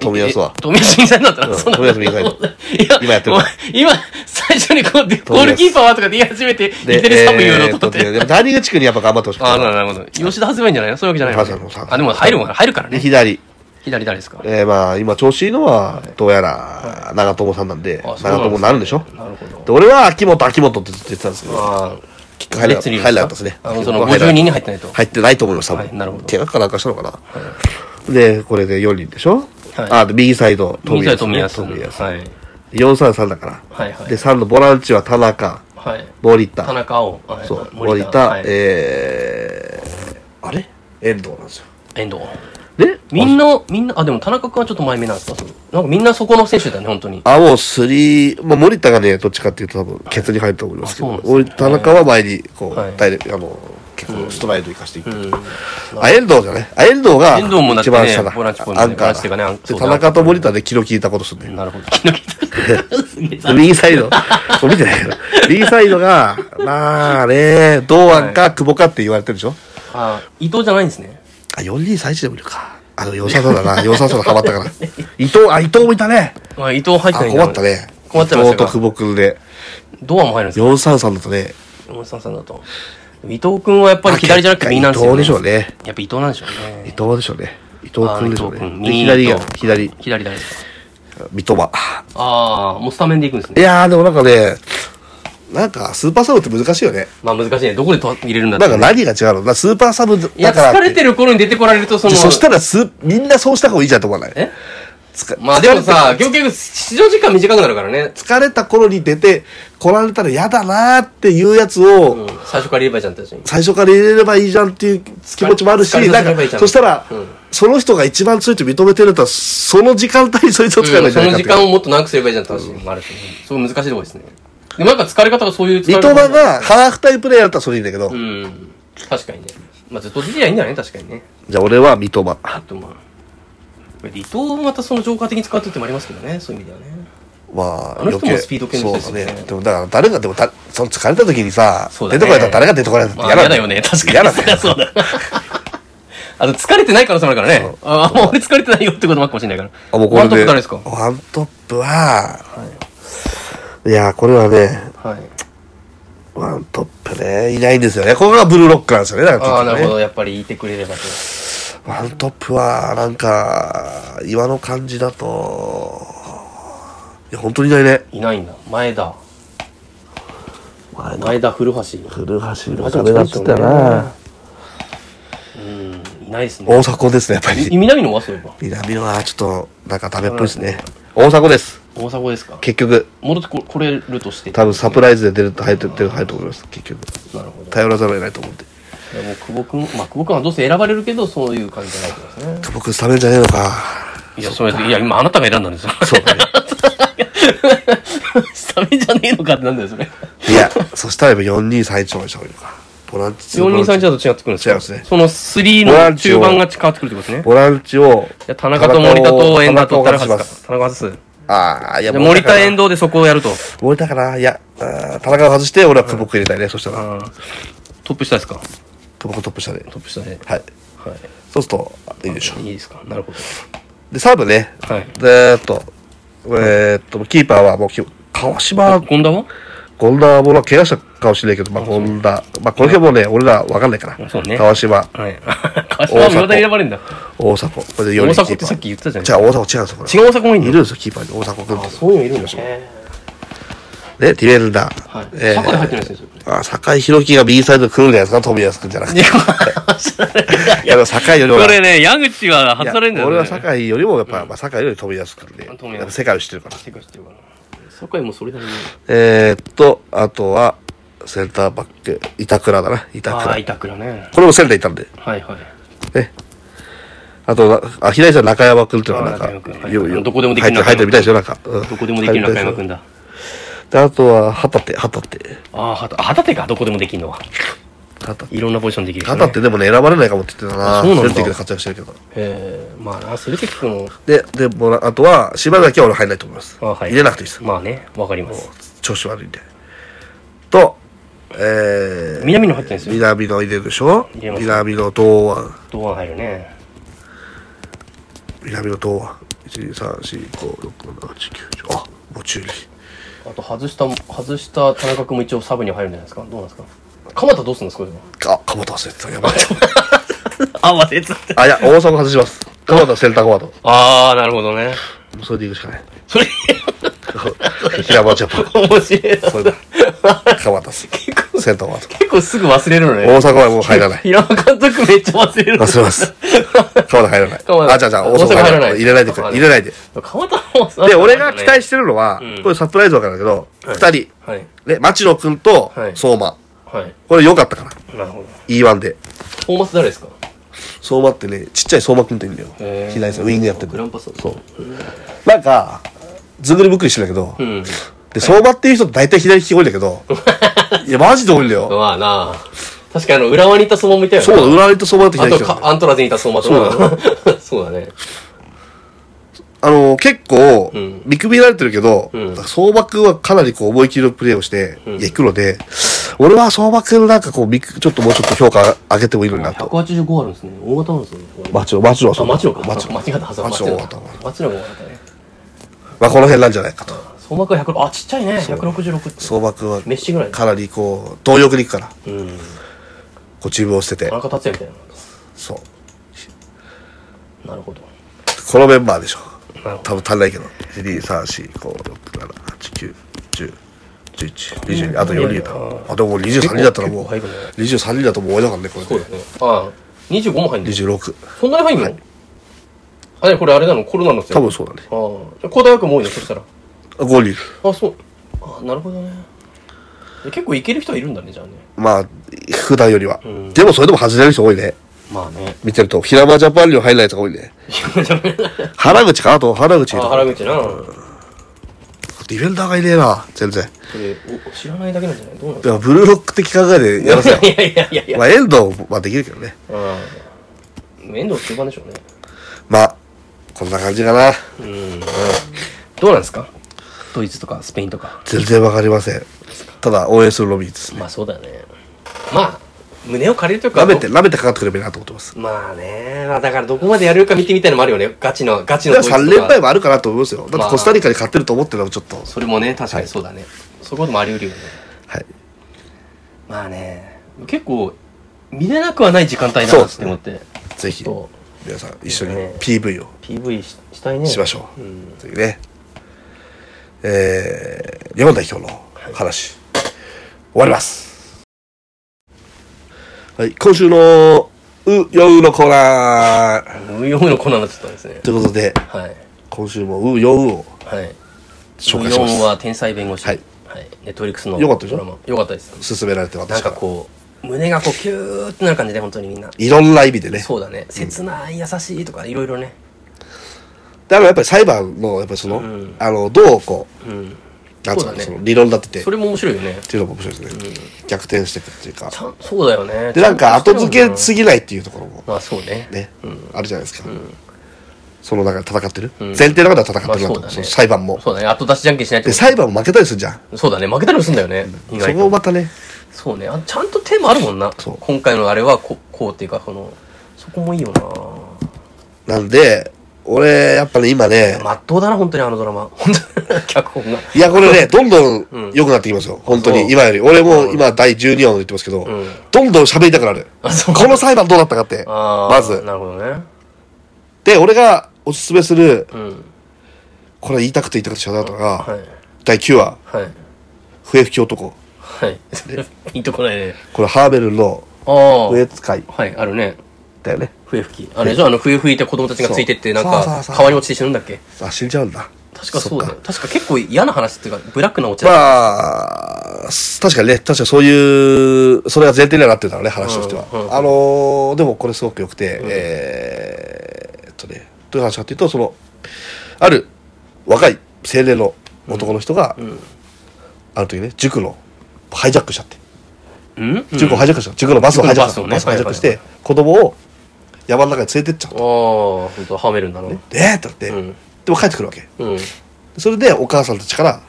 [SPEAKER 1] 富安は
[SPEAKER 2] え。富安右サイドだったら、
[SPEAKER 1] ん
[SPEAKER 2] そうなんだ
[SPEAKER 1] 冨安右サイド
[SPEAKER 2] いや、
[SPEAKER 1] 今やってる
[SPEAKER 2] お前今、最初にこう、ゴールキーパーはとかで言い始めて、いきなりサブ言うのと思っ
[SPEAKER 1] えーと
[SPEAKER 2] て。
[SPEAKER 1] で谷口君にやっぱ頑張ってほしくて
[SPEAKER 2] あ、なるほど。吉田外ればいいんじゃないのそういうわけじゃない
[SPEAKER 1] そうそう
[SPEAKER 2] のあ、でも入るもん、入るから
[SPEAKER 1] で、
[SPEAKER 2] ね。
[SPEAKER 1] 左。
[SPEAKER 2] 左誰ですか
[SPEAKER 1] えー、まあ、今調子いいのは、どうやら、長友さんなんで、
[SPEAKER 2] あそう
[SPEAKER 1] 長
[SPEAKER 2] なんですね
[SPEAKER 1] 友になるんでしょ
[SPEAKER 2] なるほど。
[SPEAKER 1] で、俺は秋元、秋元ってずっと言ってたんですけど、
[SPEAKER 2] ああ、
[SPEAKER 1] キック入らな
[SPEAKER 2] レッツ
[SPEAKER 1] 入
[SPEAKER 2] リー
[SPEAKER 1] らなかったですね。
[SPEAKER 2] あの、その
[SPEAKER 1] 入らな
[SPEAKER 2] 52に入ってないと。
[SPEAKER 1] 入ってないと思います、多分。
[SPEAKER 2] はいなるほど
[SPEAKER 1] 手がかなんかしたのかな。で、これで4人でしょ
[SPEAKER 2] はい
[SPEAKER 1] あ、で、右サイド、
[SPEAKER 2] 右サイド富安。
[SPEAKER 1] 富安。
[SPEAKER 2] はい。
[SPEAKER 1] 433だから。
[SPEAKER 2] はいはい
[SPEAKER 1] で、3のボランチは田中、
[SPEAKER 2] はい。
[SPEAKER 1] 森
[SPEAKER 2] 田
[SPEAKER 1] 田。
[SPEAKER 2] 中青。はい
[SPEAKER 1] そう、森
[SPEAKER 2] 森田
[SPEAKER 1] 田
[SPEAKER 2] は、い
[SPEAKER 1] えー、あれ遠藤なんですよ。
[SPEAKER 2] 遠藤。
[SPEAKER 1] で、
[SPEAKER 2] みんな、みんな、あ、でも田中君はちょっと前目なんですかそのなんかみんなそこの選手だね、本当に。
[SPEAKER 1] あ、もうスリー、まあ、森田がね、どっちかっていうと多分、ケツに入ると思いますけ
[SPEAKER 2] あそう
[SPEAKER 1] ど
[SPEAKER 2] なん、です
[SPEAKER 1] 俺
[SPEAKER 2] ね
[SPEAKER 1] 田中は前に、こ
[SPEAKER 2] は
[SPEAKER 1] う
[SPEAKER 2] い、
[SPEAKER 1] ダイレクトあの、結うんストライド生かしていく。
[SPEAKER 2] うん。
[SPEAKER 1] あ、遠藤じゃね。あ、遠藤が
[SPEAKER 2] 遠藤もだって
[SPEAKER 1] 一
[SPEAKER 2] ね
[SPEAKER 1] 番下だ。
[SPEAKER 2] ボランチポジションで
[SPEAKER 1] アンカ
[SPEAKER 2] ボランチっていうかねアン
[SPEAKER 1] ー。
[SPEAKER 2] そ
[SPEAKER 1] で、
[SPEAKER 2] う
[SPEAKER 1] 田
[SPEAKER 2] だ
[SPEAKER 1] 中と森田で気の利いたことするんだよ。
[SPEAKER 2] なるほど。気の利いた。すげえ残
[SPEAKER 1] 右サイド、見てないけど、右サイドが、まあね、堂安か久保かって言われてるでしょ。
[SPEAKER 2] あ、伊藤じゃないんですね。
[SPEAKER 1] あ、4-2-3-1でもいるか。あの、良さそうだ な。良さそうだ。ハマったから。伊藤、あ、伊藤もいたね。
[SPEAKER 2] まあ、伊藤入っ
[SPEAKER 1] あ、
[SPEAKER 2] てないん
[SPEAKER 1] 困
[SPEAKER 2] だ
[SPEAKER 1] ったね。
[SPEAKER 2] 困っちゃいまし
[SPEAKER 1] 伊藤と
[SPEAKER 2] たか
[SPEAKER 1] 久。保君で、
[SPEAKER 2] ドアも入るんですよ。
[SPEAKER 1] 4-3-3だとね、
[SPEAKER 2] 山本さんさんだと。伊藤君はやっぱり左じゃなくて右なんです
[SPEAKER 1] 伊
[SPEAKER 2] よ、
[SPEAKER 1] 藤でしょうね。
[SPEAKER 2] やっぱ伊藤なんでしょう
[SPEAKER 1] 伊
[SPEAKER 2] ね。
[SPEAKER 1] 藤でしょうね。伊藤君でしょう
[SPEAKER 2] あ伊藤君
[SPEAKER 1] ね。で左が、左、
[SPEAKER 2] 左誰ですか
[SPEAKER 1] 三笘。
[SPEAKER 2] ああ、もうスタメンでいくんです
[SPEAKER 1] い
[SPEAKER 2] ね。
[SPEAKER 1] やー、でもなんかね、なんか、スーパーサブって難しいよね。
[SPEAKER 2] まあ難しいね。どこでと入れるんだっ
[SPEAKER 1] な
[SPEAKER 2] て
[SPEAKER 1] ん
[SPEAKER 2] ね、
[SPEAKER 1] か何が違うのだからスーパーサブ
[SPEAKER 2] い
[SPEAKER 1] だ
[SPEAKER 2] や、
[SPEAKER 1] からっ
[SPEAKER 2] 疲
[SPEAKER 1] て。
[SPEAKER 2] れてる頃に出てこられると、その、
[SPEAKER 1] そしたらす、みんなそうした方がいいじゃんと思わない
[SPEAKER 2] え
[SPEAKER 1] つか
[SPEAKER 2] まあでもさ、
[SPEAKER 1] 疲れ
[SPEAKER 2] 結局、出場時間短くなるからね。
[SPEAKER 1] 疲れた頃に出て、来られたら嫌だなーっていうやつを、
[SPEAKER 2] うん、最初から言えばいいじゃんって話に。
[SPEAKER 1] 最初から入れればいいじゃんっていう気持ちもあるし、
[SPEAKER 2] 疲れ
[SPEAKER 1] なん
[SPEAKER 2] 疲れればいいじ
[SPEAKER 1] か、
[SPEAKER 2] ゃん
[SPEAKER 1] そしたら、
[SPEAKER 2] うん
[SPEAKER 1] その人が一番強いと認めてるんだったら、その時間帯にそいつを使えばいいんじ
[SPEAKER 2] そ
[SPEAKER 1] ゃない
[SPEAKER 2] の
[SPEAKER 1] かっ
[SPEAKER 2] 時
[SPEAKER 1] て
[SPEAKER 2] 間をもっと長くすればいいじゃんって話もあるしね。すごい難しいとこですね。でもなんか疲れ方がそういう疲れ
[SPEAKER 1] 三
[SPEAKER 2] 方。
[SPEAKER 1] 笘がハーフタイムプレイヤーだったらそれいいんだけど、
[SPEAKER 2] うん。確かにね。まあずっと出てりゃいいんだよね、確かにね。
[SPEAKER 1] じゃあ俺は三笘。
[SPEAKER 2] あとまあ。離島もまたその浄化的に使うっていう手もありますけどね、そういう意味ではね。
[SPEAKER 1] まあ、
[SPEAKER 2] あの人もスピード系の人ですよね
[SPEAKER 1] そうだね。でもだから誰が、でもた、その疲れた時にさ、
[SPEAKER 2] そうだ
[SPEAKER 1] 出
[SPEAKER 2] ね
[SPEAKER 1] てこられたら誰が出てこられたって
[SPEAKER 2] ま
[SPEAKER 1] 嫌
[SPEAKER 2] あ
[SPEAKER 1] な
[SPEAKER 2] 嫌
[SPEAKER 1] ん
[SPEAKER 2] だ
[SPEAKER 1] だ
[SPEAKER 2] よね、確かに。
[SPEAKER 1] 嫌なんだよ。
[SPEAKER 2] そうだ。あと疲れてない可能性もあるからね。ああ、もう俺疲れてないよってこともあるかもしれないから。
[SPEAKER 1] あ、もうこれ
[SPEAKER 2] ワントッ
[SPEAKER 1] で。
[SPEAKER 2] プ誰ですか
[SPEAKER 1] ワントップは、い、や、これはね、
[SPEAKER 2] はい。
[SPEAKER 1] ワントップね、いないんですよね。ここがブルーロックなんですよね、だか
[SPEAKER 2] あ
[SPEAKER 1] ら結
[SPEAKER 2] あ、な
[SPEAKER 1] 局
[SPEAKER 2] る
[SPEAKER 1] ね
[SPEAKER 2] ほど。やっぱりいてくれればと。
[SPEAKER 1] ワントップは、なんか、今の感じだと、いや、本当にいないね。
[SPEAKER 2] いないんだ。前田。前田、古橋。
[SPEAKER 1] 古橋の
[SPEAKER 2] ダ
[SPEAKER 1] ダ
[SPEAKER 2] メ
[SPEAKER 1] メ
[SPEAKER 2] だ
[SPEAKER 1] だ
[SPEAKER 2] っ
[SPEAKER 1] っ
[SPEAKER 2] つ
[SPEAKER 1] つ
[SPEAKER 2] っ
[SPEAKER 1] ったた
[SPEAKER 2] よ
[SPEAKER 1] な
[SPEAKER 2] な。いないです
[SPEAKER 1] 大
[SPEAKER 2] ね。
[SPEAKER 1] 迫ですね、やっぱ
[SPEAKER 2] い
[SPEAKER 1] り。
[SPEAKER 2] 南野はそういえば。
[SPEAKER 1] 南野は、ちょっと、なんかダメっぽいですね。大迫です。
[SPEAKER 2] 大迫ですか
[SPEAKER 1] 結局、
[SPEAKER 2] 戻ってここれるとして。
[SPEAKER 1] 多分サプライズで出ると入ってる、出る入ると思います、結局。
[SPEAKER 2] なるほど。
[SPEAKER 1] 頼らざるを得ないと思って。
[SPEAKER 2] いやもう久保君、まあ久保君はどうせ選ばれるけど、そういう感じじゃないってことですね。
[SPEAKER 1] 久保君スタメンじゃねえのか。
[SPEAKER 2] いや、それ、いや、今あなたが選んだんですよ。
[SPEAKER 1] そう だね。
[SPEAKER 2] スタメンじゃねえのかってなんだよ、それ。
[SPEAKER 1] いや、そしたらやっぱ4231にした方がいいのか。ボランチ、
[SPEAKER 2] 4 2 3 1だと違ってくるんですか
[SPEAKER 1] 違いますね
[SPEAKER 2] その3の中盤が変わってくるってことですね。
[SPEAKER 1] ボランチを、
[SPEAKER 2] じゃあ田中と森田と遠藤と
[SPEAKER 1] 田
[SPEAKER 2] 田
[SPEAKER 1] 中
[SPEAKER 2] 中
[SPEAKER 1] を外し
[SPEAKER 2] か
[SPEAKER 1] ま。す。
[SPEAKER 2] 田中外す。
[SPEAKER 1] ああ、いや、
[SPEAKER 2] じゃあ森
[SPEAKER 1] か
[SPEAKER 2] 田
[SPEAKER 1] な
[SPEAKER 2] 遠藤でそこをやると。
[SPEAKER 1] 森田かな。いや、あー田中を外して、俺は久保君入れたいね。そしたら、
[SPEAKER 2] あートップ下ですか
[SPEAKER 1] 久保君トップ下で。
[SPEAKER 2] トップ下で。
[SPEAKER 1] はい。
[SPEAKER 2] は
[SPEAKER 1] そうすると、あいいでしょ。
[SPEAKER 2] い。いいですかなるほど。
[SPEAKER 1] で、サーブね。
[SPEAKER 2] はい。
[SPEAKER 1] で、っと、えーっと、キーパーはもうき、川島、
[SPEAKER 2] 権田は
[SPEAKER 1] 権田はもう怪我したかもしれないけど、まあ、権田。まあ、この辺もね、俺らわかんないから。
[SPEAKER 2] そうね
[SPEAKER 1] 川島、
[SPEAKER 2] はい。 川島は村田に選ばれるんだ。
[SPEAKER 1] 大迫。これで
[SPEAKER 2] 大
[SPEAKER 1] 4人
[SPEAKER 2] 迫
[SPEAKER 1] キ
[SPEAKER 2] ってさっ
[SPEAKER 1] ー
[SPEAKER 2] き言ってたじゃん。
[SPEAKER 1] パー。違う、大迫違うんですよ、これ。
[SPEAKER 2] 違う大迫もいいん
[SPEAKER 1] い
[SPEAKER 2] だ
[SPEAKER 1] るんですよ、キーパーに。大迫君って。
[SPEAKER 2] そういうのいるんですね。
[SPEAKER 1] ね、ティレルダー。
[SPEAKER 2] はい。
[SPEAKER 1] えー
[SPEAKER 2] 坂で入ってないですよ。
[SPEAKER 1] あ、酒井宏樹が B サイド来るんじゃないですか、富安君じゃなくて。いや、でも酒井よりも。
[SPEAKER 2] これね、矢口は外されるんだよね。
[SPEAKER 1] 俺は酒井よりも、やっぱ、まあ、酒井より富安君で、やっ
[SPEAKER 2] 富安
[SPEAKER 1] ぱ世界を知ってるから。
[SPEAKER 2] 世界知ってるから。酒井もそれなりに。
[SPEAKER 1] えー、っと、あとは、センターバック、板倉だな、板
[SPEAKER 2] ああ、
[SPEAKER 1] 倉。
[SPEAKER 2] 板倉ね。
[SPEAKER 1] これも仙台いたんで。
[SPEAKER 2] はいはい。
[SPEAKER 1] ね。あと、あ、左下中山君っていうのは
[SPEAKER 2] あー
[SPEAKER 1] なん
[SPEAKER 2] 中
[SPEAKER 1] か、
[SPEAKER 2] 山君
[SPEAKER 1] よ
[SPEAKER 2] はい
[SPEAKER 1] よ
[SPEAKER 2] どこでもでき
[SPEAKER 1] 入
[SPEAKER 2] る
[SPEAKER 1] って入ってるみたいですよ、なんか。
[SPEAKER 2] どこでもできる中山くん
[SPEAKER 1] だ。
[SPEAKER 2] だ。
[SPEAKER 1] で、あとは、旗手、旗手。
[SPEAKER 2] ああ、はた、あ旗手か、どこでもできるのは。
[SPEAKER 1] 旗手。
[SPEAKER 2] いろんなポジションできる人ね。
[SPEAKER 1] 旗手でもね、選ばれないかもって言ってたな。
[SPEAKER 2] あそうなんだ
[SPEAKER 1] セルティックで活躍してるけど。
[SPEAKER 2] ええ、まあな、セルティックの、
[SPEAKER 1] で、でもら、あとは、島崎は俺入んないと思います。
[SPEAKER 2] あはい
[SPEAKER 1] 入れなくていいです。
[SPEAKER 2] まあね、わかります。
[SPEAKER 1] 調子悪いんで。と、えー、
[SPEAKER 2] 南野入ってないですよ。
[SPEAKER 1] 南の入れるでしょ
[SPEAKER 2] 入れます
[SPEAKER 1] 南の堂安。
[SPEAKER 2] 堂安入るね。
[SPEAKER 1] 南の堂安。1、2、3、4、5、6、7、8、9、10。あ、もう中力。
[SPEAKER 2] あと外した、外した田中君も一応サブに入るんじゃないですか。どうなんですか鎌田どうするんです か
[SPEAKER 1] あ、鎌田忘れてた。や ばい。
[SPEAKER 2] あ、忘れてた。
[SPEAKER 1] あ、いや、大阪外します。鎌田センターフォワード。も
[SPEAKER 2] ああ、なるほどね。
[SPEAKER 1] うそれでいくしかない。
[SPEAKER 2] それ、
[SPEAKER 1] 平場ジャパン。
[SPEAKER 2] 面白いな。
[SPEAKER 1] それだ。鎌田っす。センターフォワー
[SPEAKER 2] 結構すぐ忘れるの
[SPEAKER 1] ド。大
[SPEAKER 2] ね。
[SPEAKER 1] 阪はもう入らない。
[SPEAKER 2] 平間監督めっちゃ忘れる。
[SPEAKER 1] 忘れます。鎌田入らない。
[SPEAKER 2] 鎌田
[SPEAKER 1] あ、じゃあじゃあ、
[SPEAKER 2] 大
[SPEAKER 1] 大
[SPEAKER 2] 阪
[SPEAKER 1] 阪
[SPEAKER 2] 入
[SPEAKER 1] 入
[SPEAKER 2] ら
[SPEAKER 1] ら
[SPEAKER 2] な
[SPEAKER 1] ないい。入れないでくれ。入れないで。
[SPEAKER 2] 鎌田もさ
[SPEAKER 1] で、俺が期待してるのは、
[SPEAKER 2] ん
[SPEAKER 1] これサプライズわからんだけど、二、人、
[SPEAKER 2] はい。
[SPEAKER 1] ね、町野くんと
[SPEAKER 2] はい
[SPEAKER 1] 相馬。
[SPEAKER 2] はい。
[SPEAKER 1] これ良かったから、
[SPEAKER 2] なるほど。
[SPEAKER 1] E1 で。
[SPEAKER 2] トーマス誰ですか
[SPEAKER 1] 相馬ってね、ちっちゃい相馬くんっていうんだよ。
[SPEAKER 2] へー
[SPEAKER 1] 左サイドウィングやって
[SPEAKER 2] グ
[SPEAKER 1] る
[SPEAKER 2] ラ。ンパスそう。
[SPEAKER 1] なんか、ずんぐりむっくりしてんだけど、
[SPEAKER 2] うん。
[SPEAKER 1] で、相馬っていう人って大体左利き多いんだけど、いや、マジで多いんだよ。
[SPEAKER 2] まあなあ。確確かにあの、浦和にいた相馬もいたよね。
[SPEAKER 1] そうだ、裏割りとそうなってきた
[SPEAKER 2] あ
[SPEAKER 1] 人
[SPEAKER 2] とか、アントラーズにいた相馬とか。 そうだね。
[SPEAKER 1] あの、結構
[SPEAKER 2] うん、
[SPEAKER 1] 見くびられてるけど、
[SPEAKER 2] うん
[SPEAKER 1] 相馬くんはかなりこう思い切りのプレーをして、
[SPEAKER 2] ん
[SPEAKER 1] いや、行くので、俺は相馬くんのなんかこう、みくちょっともうちょっと評価上げてもいいのになと。
[SPEAKER 2] 185あるんですね。大型なんですね。
[SPEAKER 1] マチロ、マチロは
[SPEAKER 2] あ、
[SPEAKER 1] そう
[SPEAKER 2] マチロか。間
[SPEAKER 1] マ
[SPEAKER 2] 違っ
[SPEAKER 1] チ
[SPEAKER 2] た
[SPEAKER 1] ロ。
[SPEAKER 2] はずだ。
[SPEAKER 1] マチロはそう
[SPEAKER 2] マチロも大型ね。
[SPEAKER 1] まあ、この辺なんじゃないかと。
[SPEAKER 2] 相馬くん100、あ、ちっちゃいね。166って。
[SPEAKER 1] 相馬くんは
[SPEAKER 2] メッシぐらい。
[SPEAKER 1] かなりこう、貪欲に行くから、
[SPEAKER 2] うん。
[SPEAKER 1] こう、チームを捨てて
[SPEAKER 2] 田、中達也みたい
[SPEAKER 1] そう。
[SPEAKER 2] な。なるほど。
[SPEAKER 1] このメンバーでしょ
[SPEAKER 2] なるほ。ど
[SPEAKER 1] 多分足んないけど。1、2、3、4、5、6、7、8、9、10、11、22、あと4人
[SPEAKER 2] うん
[SPEAKER 1] だ。あ、でももう23人だったらもう、
[SPEAKER 2] 結構入るね
[SPEAKER 1] 23人だともう終わりだからね、これで
[SPEAKER 2] そうだね。あ、25も入んの
[SPEAKER 1] 26。
[SPEAKER 2] そんなに入んの、
[SPEAKER 1] はい
[SPEAKER 2] あれこれあれなのコロナのせい
[SPEAKER 1] 多分そうだね。
[SPEAKER 2] ああじゃあ高大学も多いねそしたら
[SPEAKER 1] あ5人。
[SPEAKER 2] あそうあなるほどね結構いける人はいるんだねじゃあね
[SPEAKER 1] まあ、普段よりは。
[SPEAKER 2] ん
[SPEAKER 1] でもそれでも外れる人多いね。
[SPEAKER 2] まあ ね
[SPEAKER 1] 見てると。平間ジャパンには入らないやつが多いね。 原口かあと原口
[SPEAKER 2] あ
[SPEAKER 1] いる
[SPEAKER 2] 原口な
[SPEAKER 1] ディフェンダーがいねえな、全然。
[SPEAKER 2] それお知らないだけなんじゃないどうなん
[SPEAKER 1] でもブルーロック的考えでやらせよ
[SPEAKER 2] いやいやいやいや
[SPEAKER 1] まあ、遠藤はできるけどね。
[SPEAKER 2] うん遠藤中盤でしょうね
[SPEAKER 1] まあ、こんな感じかな。
[SPEAKER 2] うんどうなんですかドイツとかスペインとか
[SPEAKER 1] 全然わかりません。ただ、応援するロビーですね。
[SPEAKER 2] まあそうだよねまあ胸を借りるというか
[SPEAKER 1] 舐めて、舐めてかかってくればいいなと思ってます。
[SPEAKER 2] まあねまあだからどこまでやれるか見てみたいのもあるよねガチのガチ
[SPEAKER 1] で
[SPEAKER 2] の
[SPEAKER 1] も
[SPEAKER 2] ドイツと
[SPEAKER 1] 3
[SPEAKER 2] か
[SPEAKER 1] 連敗もあるかなと思いますよ。だってコスタリカに勝ってると思ってるのもちょっと。
[SPEAKER 2] それもね確かにそうだね、そういうこともあり得るよね
[SPEAKER 1] はい。
[SPEAKER 2] まあね結構見れなくはない時間帯だなって思って、
[SPEAKER 1] ぜひ、
[SPEAKER 2] そ
[SPEAKER 1] 皆さん一緒に
[SPEAKER 2] ね
[SPEAKER 1] PV を
[SPEAKER 2] う PV ししたいね
[SPEAKER 1] しましょう。
[SPEAKER 2] ん
[SPEAKER 1] というね。えー、日本代表の話、終わります。はい、今週の、う、ようのコーナー。
[SPEAKER 2] 読むのこんなになっちゃったんですね
[SPEAKER 1] ということで、
[SPEAKER 2] はい
[SPEAKER 1] 今週もう、ようを
[SPEAKER 2] はい
[SPEAKER 1] 紹介します
[SPEAKER 2] ウヨンは天才弁護士
[SPEAKER 1] はい
[SPEAKER 2] ネットフリックスの
[SPEAKER 1] よかったでしょ
[SPEAKER 2] ドラマよかったです
[SPEAKER 1] 進められて
[SPEAKER 2] なん
[SPEAKER 1] 私
[SPEAKER 2] か
[SPEAKER 1] から。
[SPEAKER 2] こう胸がこうキューってなる感じで本当にみんない
[SPEAKER 1] ろんな意味でね。
[SPEAKER 2] そうだね切ない優しいとかいろいろね
[SPEAKER 1] だからやっぱり裁判の、やっぱりその、
[SPEAKER 2] ん
[SPEAKER 1] あの、どうこう、
[SPEAKER 2] うん
[SPEAKER 1] なんつう
[SPEAKER 2] そうだ
[SPEAKER 1] の、
[SPEAKER 2] ね
[SPEAKER 1] その理論立てて、
[SPEAKER 2] そ
[SPEAKER 1] っ
[SPEAKER 2] れも面白いよね
[SPEAKER 1] ていうのも面白いですね。逆転していくっていうか
[SPEAKER 2] ち。ゃんそうだよね
[SPEAKER 1] で、なんか後
[SPEAKER 2] ちゃ
[SPEAKER 1] 付け
[SPEAKER 2] んとして
[SPEAKER 1] すぎないっていうところも
[SPEAKER 2] るよなまあそうね
[SPEAKER 1] ね、
[SPEAKER 2] うん
[SPEAKER 1] あるじゃないですか。その、なんか戦ってる、
[SPEAKER 2] ん
[SPEAKER 1] 前提の中では戦っ
[SPEAKER 2] まあ
[SPEAKER 1] てるな
[SPEAKER 2] そ
[SPEAKER 1] と、
[SPEAKER 2] うだね
[SPEAKER 1] その裁判も。
[SPEAKER 2] そうだね後出しじゃんけんしないって
[SPEAKER 1] で、
[SPEAKER 2] こと
[SPEAKER 1] 裁判も負けたりするじゃん。
[SPEAKER 2] そうだね負けたりもするんだよね意
[SPEAKER 1] そ
[SPEAKER 2] 外
[SPEAKER 1] こも
[SPEAKER 2] と
[SPEAKER 1] またね、
[SPEAKER 2] そうねあちゃんとテーマあるもんな
[SPEAKER 1] そう
[SPEAKER 2] 今回のあれはこうこうっていうかこのそこもいいよな
[SPEAKER 1] なんで、俺、やっぱね、今ね、
[SPEAKER 2] まっとうだな本当にあのドラマ本当に 脚本が
[SPEAKER 1] いや、これね、どんど
[SPEAKER 2] う
[SPEAKER 1] ん
[SPEAKER 2] ん
[SPEAKER 1] 良くなってきますよ。本当
[SPEAKER 2] そう
[SPEAKER 1] に、今より。俺も今、第12話を言ってますけど、
[SPEAKER 2] ん
[SPEAKER 1] どんどん喋りたくなる。
[SPEAKER 2] あそう
[SPEAKER 1] この裁判どうだったかって、
[SPEAKER 2] あー
[SPEAKER 1] まず。
[SPEAKER 2] なるほどね
[SPEAKER 1] で、俺がおすすめする、
[SPEAKER 2] うん
[SPEAKER 1] これ言いたくて言いたくてしゃべったのが、
[SPEAKER 2] はい
[SPEAKER 1] 第9話、
[SPEAKER 2] はい
[SPEAKER 1] 笛吹き男。
[SPEAKER 2] はいそれピンとこ ないね
[SPEAKER 1] これ、ハーベルの
[SPEAKER 2] ああ
[SPEAKER 1] 笛使い
[SPEAKER 2] はいあるね
[SPEAKER 1] だよね。
[SPEAKER 2] 笛吹きあれじゃああの笛吹いて子供たちがついてってなん
[SPEAKER 1] そうそ
[SPEAKER 2] か
[SPEAKER 1] うそう
[SPEAKER 2] 川に落ちて死ぬんだっけ
[SPEAKER 1] あ、死んじゃうんだ。
[SPEAKER 2] 確かそうだ
[SPEAKER 1] そ
[SPEAKER 2] よ
[SPEAKER 1] っか
[SPEAKER 2] 確か結構嫌な話っていうかブラックなお茶だ
[SPEAKER 1] まあ、確かにね、確かにそういう、それが前提にはなってるんだろうね、話としては。
[SPEAKER 2] うんうん
[SPEAKER 1] あのーでもこれすごく良くて、えーっとね、どういう話かっていうと、その、ある若い青年の男の人が、ある時ね、塾のハイジャックしちゃって、
[SPEAKER 2] うんうん
[SPEAKER 1] 塾をハイジャックしちゃって、塾のバスをハイジャックしちゃって、
[SPEAKER 2] 塾のバ
[SPEAKER 1] バ
[SPEAKER 2] ス
[SPEAKER 1] ス
[SPEAKER 2] を
[SPEAKER 1] をハ
[SPEAKER 2] ね
[SPEAKER 1] イジャックし
[SPEAKER 2] はい
[SPEAKER 1] て
[SPEAKER 2] は、
[SPEAKER 1] 子供を山の中に連れてっちゃう
[SPEAKER 2] ああ本当はめるんだろうね
[SPEAKER 1] えーってなって、
[SPEAKER 2] うん
[SPEAKER 1] でも帰ってくるわけ。
[SPEAKER 2] うん
[SPEAKER 1] それでお母さんたちから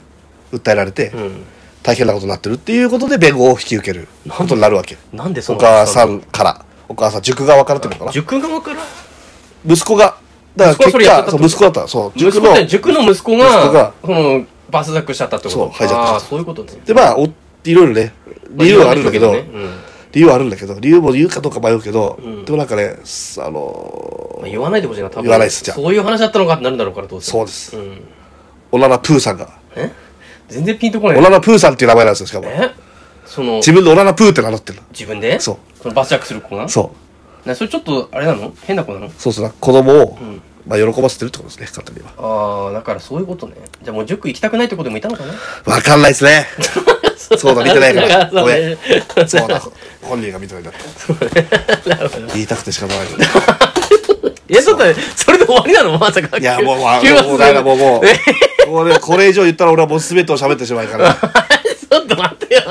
[SPEAKER 1] 訴えられて、
[SPEAKER 2] うん
[SPEAKER 1] 大変なことになってるっていうことで弁護を引き受けることになるわけ
[SPEAKER 2] なんでそ
[SPEAKER 1] お
[SPEAKER 2] の
[SPEAKER 1] 母さんからお母さん塾側からってことかな
[SPEAKER 2] 塾側から
[SPEAKER 1] 息子がだ
[SPEAKER 2] 息子
[SPEAKER 1] か
[SPEAKER 2] が
[SPEAKER 1] ら
[SPEAKER 2] そ
[SPEAKER 1] 結
[SPEAKER 2] れやっ
[SPEAKER 1] 果
[SPEAKER 2] た
[SPEAKER 1] そ
[SPEAKER 2] っ
[SPEAKER 1] う
[SPEAKER 2] てこと
[SPEAKER 1] 息子だったそう
[SPEAKER 2] 塾
[SPEAKER 1] 塾
[SPEAKER 2] の
[SPEAKER 1] の
[SPEAKER 2] 塾の息子が
[SPEAKER 1] 息子が
[SPEAKER 2] そのバスザックしちゃったってこと
[SPEAKER 1] そうハイジャックしちゃった
[SPEAKER 2] あーそういうことね
[SPEAKER 1] でまあおいろいろね理由はあるんだけど、
[SPEAKER 2] ねうん
[SPEAKER 1] 理由はあるんだけど理由も言うかどうか迷うけど、
[SPEAKER 2] ん
[SPEAKER 1] でもなんかねすあの
[SPEAKER 2] まあ言わないでほしいな多分
[SPEAKER 1] 言わないっすじゃあ
[SPEAKER 2] そういう話だったのかってなるんだろうからどうせ
[SPEAKER 1] そうです
[SPEAKER 2] ん
[SPEAKER 1] オナナプーさんが
[SPEAKER 2] え全然ピンとこな
[SPEAKER 1] オ
[SPEAKER 2] い
[SPEAKER 1] ナナプーさんっていう名前なんですよしかも
[SPEAKER 2] えその
[SPEAKER 1] 自分でオナナプーって名乗ってるの
[SPEAKER 2] 自分で
[SPEAKER 1] そう
[SPEAKER 2] そのバスジャックする子が
[SPEAKER 1] そう
[SPEAKER 2] なそれちょっとあれなの変な子なの
[SPEAKER 1] そうそう子供を、まあ、喜ばせてるってことですね簡単には
[SPEAKER 2] ああだからそういうことねじゃあもう塾行きたくないって子でもいたのかな
[SPEAKER 1] わかんないですねそうだ見てないから
[SPEAKER 2] そう
[SPEAKER 1] ごめん
[SPEAKER 2] ね
[SPEAKER 1] そうだ、本人が認めた。言いたくて仕方ないよね。
[SPEAKER 2] いやちょっとそれで終わりなのまさか
[SPEAKER 1] いや、もう、もう、
[SPEAKER 2] 急
[SPEAKER 1] もう、もう、 だからもう、もう、これ、これ以上言ったら俺はもう全てを喋ってしまいから。
[SPEAKER 2] ちょっと待ってよ。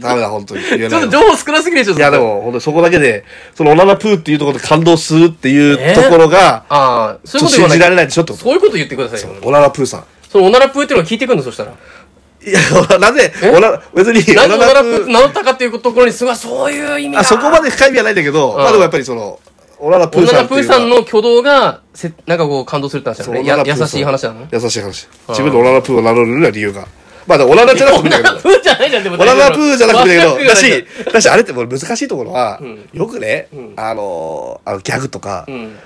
[SPEAKER 1] ダメだ、本当に。言え
[SPEAKER 2] ちょ
[SPEAKER 1] な
[SPEAKER 2] っ
[SPEAKER 1] い
[SPEAKER 2] と
[SPEAKER 1] わ
[SPEAKER 2] 情報少なすぎるでしょ、
[SPEAKER 1] いや、で
[SPEAKER 2] それ。
[SPEAKER 1] も、本当にそこだけで、そのオナナプーっていうところで感動するってい
[SPEAKER 2] え
[SPEAKER 1] う
[SPEAKER 2] ー
[SPEAKER 1] ところが、
[SPEAKER 2] ああ、そう
[SPEAKER 1] ち
[SPEAKER 2] い
[SPEAKER 1] ょっ
[SPEAKER 2] う
[SPEAKER 1] 信
[SPEAKER 2] ことと言わな
[SPEAKER 1] じ
[SPEAKER 2] い
[SPEAKER 1] られないってちょっと。
[SPEAKER 2] そういうこと言ってくださいよ。
[SPEAKER 1] オナナプーさん。
[SPEAKER 2] そのおならプーっていうのは聞いてくるの、そしたら。
[SPEAKER 1] いや、なぜ、オナ別に、
[SPEAKER 2] なんでおならプーっ
[SPEAKER 1] プ
[SPEAKER 2] て名乗ったかっていうところに、すごい、そういう意味
[SPEAKER 1] あ、
[SPEAKER 2] が。
[SPEAKER 1] そこまで深い意味はないんだけど、
[SPEAKER 2] ん
[SPEAKER 1] まあでもやっぱりその、オナナプ
[SPEAKER 2] お
[SPEAKER 1] ー
[SPEAKER 2] な
[SPEAKER 1] さん
[SPEAKER 2] ら
[SPEAKER 1] ってい
[SPEAKER 2] プー
[SPEAKER 1] うのは。
[SPEAKER 2] さんの挙動が、せなんかこう、感動するって話だ
[SPEAKER 1] そう
[SPEAKER 2] ね。
[SPEAKER 1] オナ
[SPEAKER 2] や
[SPEAKER 1] ラプーさ
[SPEAKER 2] 優
[SPEAKER 1] ん
[SPEAKER 2] しい話なのね。
[SPEAKER 1] 優しい話。自分でオナナプーを名乗るには理由が。まあでもオナナじゃなくてもいいんだけど。
[SPEAKER 2] プーじゃないじゃん、で も。
[SPEAKER 1] オナナプーじゃなくてもいいんだ けど、だ
[SPEAKER 2] 全
[SPEAKER 1] し
[SPEAKER 2] く、
[SPEAKER 1] だし、あれってもう難しいところは、よくね、あのー、あのギャグとか、
[SPEAKER 2] 言わないじゃん。うん。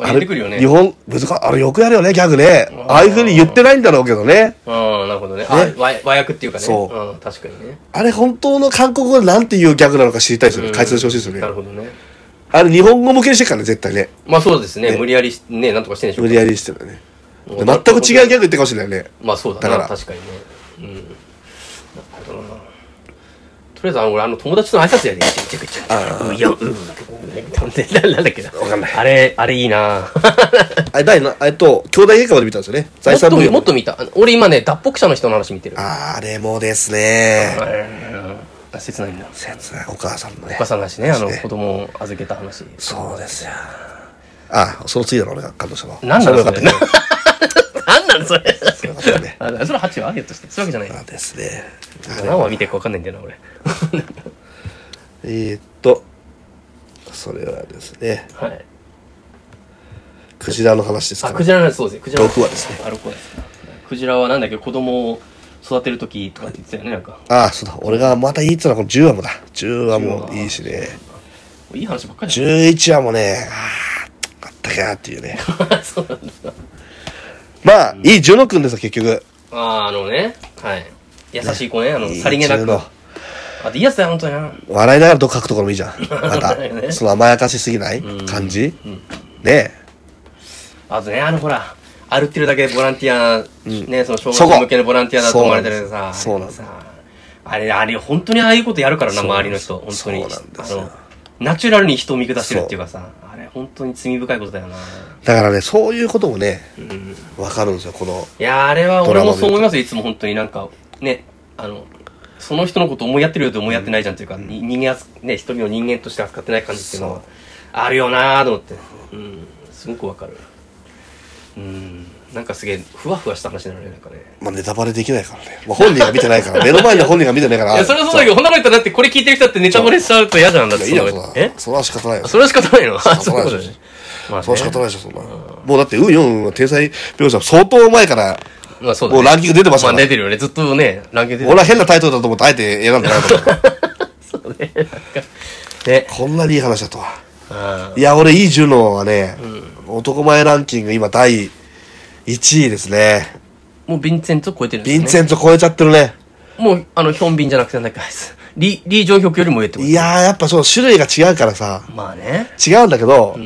[SPEAKER 1] あ
[SPEAKER 2] 言
[SPEAKER 1] れ
[SPEAKER 2] ってくるよね。
[SPEAKER 1] 日本、難か、あれよくやるよね、ギャグね。ああいう風に言ってないんだろうけどね。
[SPEAKER 2] ああ、なるほどね。あ
[SPEAKER 1] ね
[SPEAKER 2] 和和訳っていうかね。
[SPEAKER 1] そう
[SPEAKER 2] うん、確かにね。
[SPEAKER 1] あれ本当の韓国語でなんていうギャグなのか知りたいですよね。解説してほしいです
[SPEAKER 2] な
[SPEAKER 1] よ
[SPEAKER 2] る
[SPEAKER 1] ね。
[SPEAKER 2] ほどね。
[SPEAKER 1] あれ日本語向けにしてるからね、絶対ね。
[SPEAKER 2] まあそうですね。無理やりし、ね、なんとかしてんでしょう
[SPEAKER 1] 無
[SPEAKER 2] け
[SPEAKER 1] 理
[SPEAKER 2] ど
[SPEAKER 1] やりしてるよね。で
[SPEAKER 2] う
[SPEAKER 1] 全
[SPEAKER 2] ん
[SPEAKER 1] く違うギャグ言ってるかもしれないよね。
[SPEAKER 2] まあそうだ
[SPEAKER 1] だ
[SPEAKER 2] な、
[SPEAKER 1] から
[SPEAKER 2] 確かにね。うん。なるほどな。とりあえず、あの、俺、あの、友達との挨拶やで、めちゃくちゃ。うん、いや、うん。なんだっけな。
[SPEAKER 1] わかんない
[SPEAKER 2] あれ、あれいいな
[SPEAKER 1] あれ、第な、えっと、兄弟映画まで見たんですよね。財産
[SPEAKER 2] もっ
[SPEAKER 1] 分野。
[SPEAKER 2] と、もっと見た。あの俺今ね、脱北者の人の話見てる。
[SPEAKER 1] あれもですね。
[SPEAKER 2] あ切ないんだ。
[SPEAKER 1] 切ないお母さんのね
[SPEAKER 2] お。母さんがしね、あの、
[SPEAKER 1] ね
[SPEAKER 2] 子供を預けた話。
[SPEAKER 1] そうですよ。あ、その次だろ、俺が感動したの。
[SPEAKER 2] なん
[SPEAKER 1] そ
[SPEAKER 2] なの
[SPEAKER 1] れもよかったね。
[SPEAKER 2] なんなんそれ
[SPEAKER 1] それもよかったね。
[SPEAKER 2] あ、それ8話ひょっとして。そういうわけじゃ
[SPEAKER 1] あ
[SPEAKER 2] ない。
[SPEAKER 1] ですね。
[SPEAKER 2] 何話見てるかわかんないんだよな、俺。
[SPEAKER 1] えーっと、それはですね、
[SPEAKER 2] はい。
[SPEAKER 1] クジラの話ですか
[SPEAKER 2] あ、
[SPEAKER 1] ら、
[SPEAKER 2] クジラなんです、そうですね。クジラ。
[SPEAKER 1] 六話ですね
[SPEAKER 2] あ、6話ですか。クジラはなんだっけ、子供を育てるときとかって言ってたよね、なんか。
[SPEAKER 1] ああ、そうだ。俺がまたいいっつうのはこの10話もだ。10話もいいしね。
[SPEAKER 2] いい話ばっかりじ
[SPEAKER 1] 11話もね、ああ、あったかなっていうね。
[SPEAKER 2] ゃん。 そうなんだ。
[SPEAKER 1] まあ、いいジュノ君ですよ、結局。
[SPEAKER 2] ああ、あのね。はい。優しい子ね、あの、
[SPEAKER 1] いい
[SPEAKER 2] さりげな
[SPEAKER 1] ジュ
[SPEAKER 2] く。
[SPEAKER 1] ノ
[SPEAKER 2] あと、いいやつだよ、本当にな。
[SPEAKER 1] 笑いながらどっか書くところもいいじゃん。ま
[SPEAKER 2] ね
[SPEAKER 1] た、その甘やかしすぎない感じ。ね
[SPEAKER 2] あとね、あの、ほら、歩ってるだけでボランティア、ね、その小
[SPEAKER 1] そ
[SPEAKER 2] 学
[SPEAKER 1] こ
[SPEAKER 2] 校向けのボランティアだと思われてるけどさ。
[SPEAKER 1] そうなんです
[SPEAKER 2] さあれ、あれ、本当にああいうことやるからな、
[SPEAKER 1] そうな
[SPEAKER 2] 周
[SPEAKER 1] ん
[SPEAKER 2] りの
[SPEAKER 1] です
[SPEAKER 2] 人。本当に。
[SPEAKER 1] そうなんですよ
[SPEAKER 2] あの、ナチュラルに人を見下してるっていうかさ、あれ、本当に罪深いことだよな。
[SPEAKER 1] え。だからね、そういうこともね、
[SPEAKER 2] うん。
[SPEAKER 1] わかるんですよ、この。
[SPEAKER 2] いやーあれは
[SPEAKER 1] ドラ
[SPEAKER 2] 俺
[SPEAKER 1] マ
[SPEAKER 2] もそう思いますよいつも本当になんかねあのその人のこと思いやってるようで思いやってないじゃんというか、に人間扱ね一人の人間として扱ってない感じっていうのは
[SPEAKER 1] そ
[SPEAKER 2] あるよなーと思ってうんすごくわかるうんなんかすげえふわふわした話になるねなんかね
[SPEAKER 1] まあ、ネタバレできないからね。まあ、本人が見てない から。目の前の本人が見てないから。
[SPEAKER 2] いやそれはそうだけどほんなこと言ったらだってこれ聞いてる人だってネタバレしちゃうと嫌じゃんだっ
[SPEAKER 1] いや
[SPEAKER 2] て
[SPEAKER 1] いいや
[SPEAKER 2] そ
[SPEAKER 1] ろ、
[SPEAKER 2] の
[SPEAKER 1] そんな
[SPEAKER 2] え
[SPEAKER 1] それは仕方ないよ。
[SPEAKER 2] それは仕方ないのあ
[SPEAKER 1] そ
[SPEAKER 2] そうう
[SPEAKER 1] な
[SPEAKER 2] いう
[SPEAKER 1] の
[SPEAKER 2] ことねまあ
[SPEAKER 1] それは仕方ない
[SPEAKER 2] ね
[SPEAKER 1] でしょ、そんな。もうだって、うんうんは天才描写相当前から、
[SPEAKER 2] まあそうだね
[SPEAKER 1] もうランキング出てました
[SPEAKER 2] ま
[SPEAKER 1] か
[SPEAKER 2] あ
[SPEAKER 1] ら。
[SPEAKER 2] 出てるよねずっとねランゲ出て
[SPEAKER 1] 俺は変なタイトルだと思って、あえて選んでないと思 う。
[SPEAKER 2] るねなんかね
[SPEAKER 1] こんなにいい話だとは。
[SPEAKER 2] あ
[SPEAKER 1] いや、俺、いいジュノはね、男前ランキング今第1位ですね。
[SPEAKER 2] ーもうヴィンセント超えてるんです
[SPEAKER 1] ヴ
[SPEAKER 2] ね
[SPEAKER 1] ィンセント超えちゃってるね。
[SPEAKER 2] もう、あの、ヒョンビンじゃなくてなんだっけ、あいつリ、リー・ジョンヒョクよりも上ってこと
[SPEAKER 1] いやー、やっぱその種類が違うからさ、
[SPEAKER 2] まあね。
[SPEAKER 1] 違うんだけど、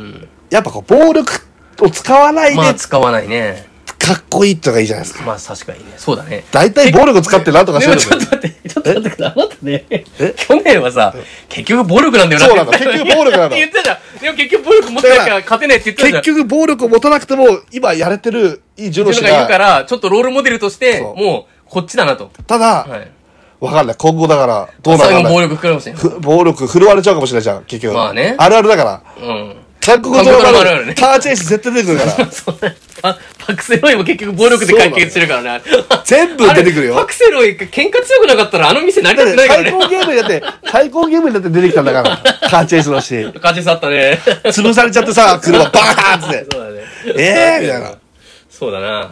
[SPEAKER 1] やっぱこう、暴力を使わないで、
[SPEAKER 2] まあ、使わないね。
[SPEAKER 1] かっこいいってのがいいじゃないですか。
[SPEAKER 2] まあ、確かにね。そうだね。
[SPEAKER 1] 大体暴力を使ってなんとかし
[SPEAKER 2] で
[SPEAKER 1] よう
[SPEAKER 2] も
[SPEAKER 1] よ
[SPEAKER 2] ちょっと待って、ちょっと待ってください。あなたね、去年はさ、結局暴力なんだよな
[SPEAKER 1] そうなの
[SPEAKER 2] って言った
[SPEAKER 1] 結局暴力なの
[SPEAKER 2] って言ってたじゃん。でも結局暴力持ってないから勝てないって言ってたじ ゃ
[SPEAKER 1] 結
[SPEAKER 2] ん。
[SPEAKER 1] 局暴力を持たなくても、今やれてるいいジュノ
[SPEAKER 2] 自
[SPEAKER 1] 氏
[SPEAKER 2] 分がいるか
[SPEAKER 1] が、
[SPEAKER 2] ら、ちょっとロールモデルとして、
[SPEAKER 1] そう
[SPEAKER 2] もう、こっちだなと。
[SPEAKER 1] た
[SPEAKER 2] は
[SPEAKER 1] だ、
[SPEAKER 2] い。
[SPEAKER 1] わかんない。今後だから、どうなる
[SPEAKER 2] 最
[SPEAKER 1] かわ
[SPEAKER 2] 後
[SPEAKER 1] かん
[SPEAKER 2] 暴
[SPEAKER 1] ない
[SPEAKER 2] 力食らいましたよ。
[SPEAKER 1] ふ暴力振るわれちゃうかもしれないじゃん、結局。
[SPEAKER 2] まあね
[SPEAKER 1] あるあるだから。
[SPEAKER 2] うん。
[SPEAKER 1] 韓国ドラ
[SPEAKER 2] 韓国
[SPEAKER 1] マ
[SPEAKER 2] ドラマあるある
[SPEAKER 1] の
[SPEAKER 2] ね
[SPEAKER 1] カーチェイス絶対出てくるから。
[SPEAKER 2] そうパパクセロイも結局暴力で解決してるからね。
[SPEAKER 1] 全部出てくるよ
[SPEAKER 2] あれパクセロイが喧嘩強くなかったらあの店成り
[SPEAKER 1] だっ
[SPEAKER 2] 立ってて ないか
[SPEAKER 1] 対
[SPEAKER 2] らね。
[SPEAKER 1] 抗ゲームにだって、対抗ゲームにだって出てきたんだから。カーチェイスのシーン。
[SPEAKER 2] 感じさあったね。
[SPEAKER 1] 潰されちゃってさ、車バーンって。
[SPEAKER 2] そうだね。
[SPEAKER 1] えーみたいな。
[SPEAKER 2] そうだな。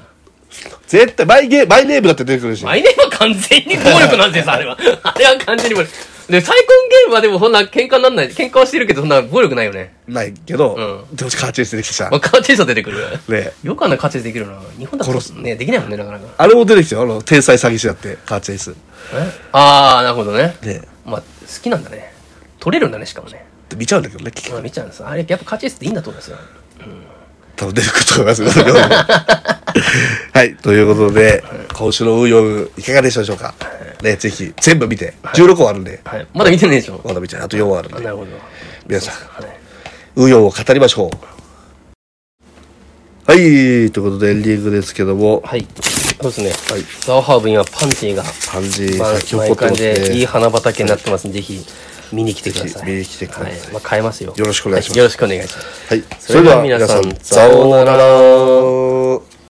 [SPEAKER 1] 絶対、マイゲー、マイネームだって出てくるし。
[SPEAKER 2] マイネームは完全に暴力なんですよ、あれは。 あれは完全に暴力。で、再婚ゲームはでもそんな喧嘩になんない。喧嘩はしてるけどそんな暴力ないよね。
[SPEAKER 1] ないけど、
[SPEAKER 2] う
[SPEAKER 1] どうしカーチェイス出てきてさ
[SPEAKER 2] ま。あ、カーチェイスは出てくる。
[SPEAKER 1] ね
[SPEAKER 2] よくあんなカーチェイスできるな。日本だと
[SPEAKER 1] 殺す
[SPEAKER 2] ね、できないもんね、なかなか。
[SPEAKER 1] あれも出てきてよ、あの、天才詐欺師だって、カーチェイス。
[SPEAKER 2] あー、なるほどね。
[SPEAKER 1] ね
[SPEAKER 2] まあ、好きなんだね。取れるんだね、しかもね。
[SPEAKER 1] 見ちゃうんだけどね、結
[SPEAKER 2] ま
[SPEAKER 1] 局
[SPEAKER 2] あ、見ちゃうんです。あれ、やっぱカーチェイスっていいんだと思うんですよ。
[SPEAKER 1] 多分出てくると思い ますけどはい、ということで、今週の運用いかがでしたでしょうか。ね、ぜひ、全部見て。16個あるんで、
[SPEAKER 2] はい。まだ見てないでしょ。
[SPEAKER 1] まだ見ちゃう。あと4話あるんで
[SPEAKER 2] な。るほど。
[SPEAKER 1] 皆さん、
[SPEAKER 2] はい。
[SPEAKER 1] 運用を語りましょう。はい、ということでエンディングですけども、
[SPEAKER 2] はい。そうですね。
[SPEAKER 1] はい
[SPEAKER 2] ザオハーブ今パンジーが、
[SPEAKER 1] パンジー
[SPEAKER 2] まあ
[SPEAKER 1] 咲き
[SPEAKER 2] 満
[SPEAKER 1] 誇って
[SPEAKER 2] 開
[SPEAKER 1] ます
[SPEAKER 2] でいい
[SPEAKER 1] ね
[SPEAKER 2] 花畑になってますんで、ぜひ見に来てください。
[SPEAKER 1] ぜひ見に来てください
[SPEAKER 2] はまあ買えますよ。
[SPEAKER 1] よろしくお願いします
[SPEAKER 2] はよろしくお願いします。
[SPEAKER 1] はい
[SPEAKER 2] それでは皆さん、
[SPEAKER 1] さようなら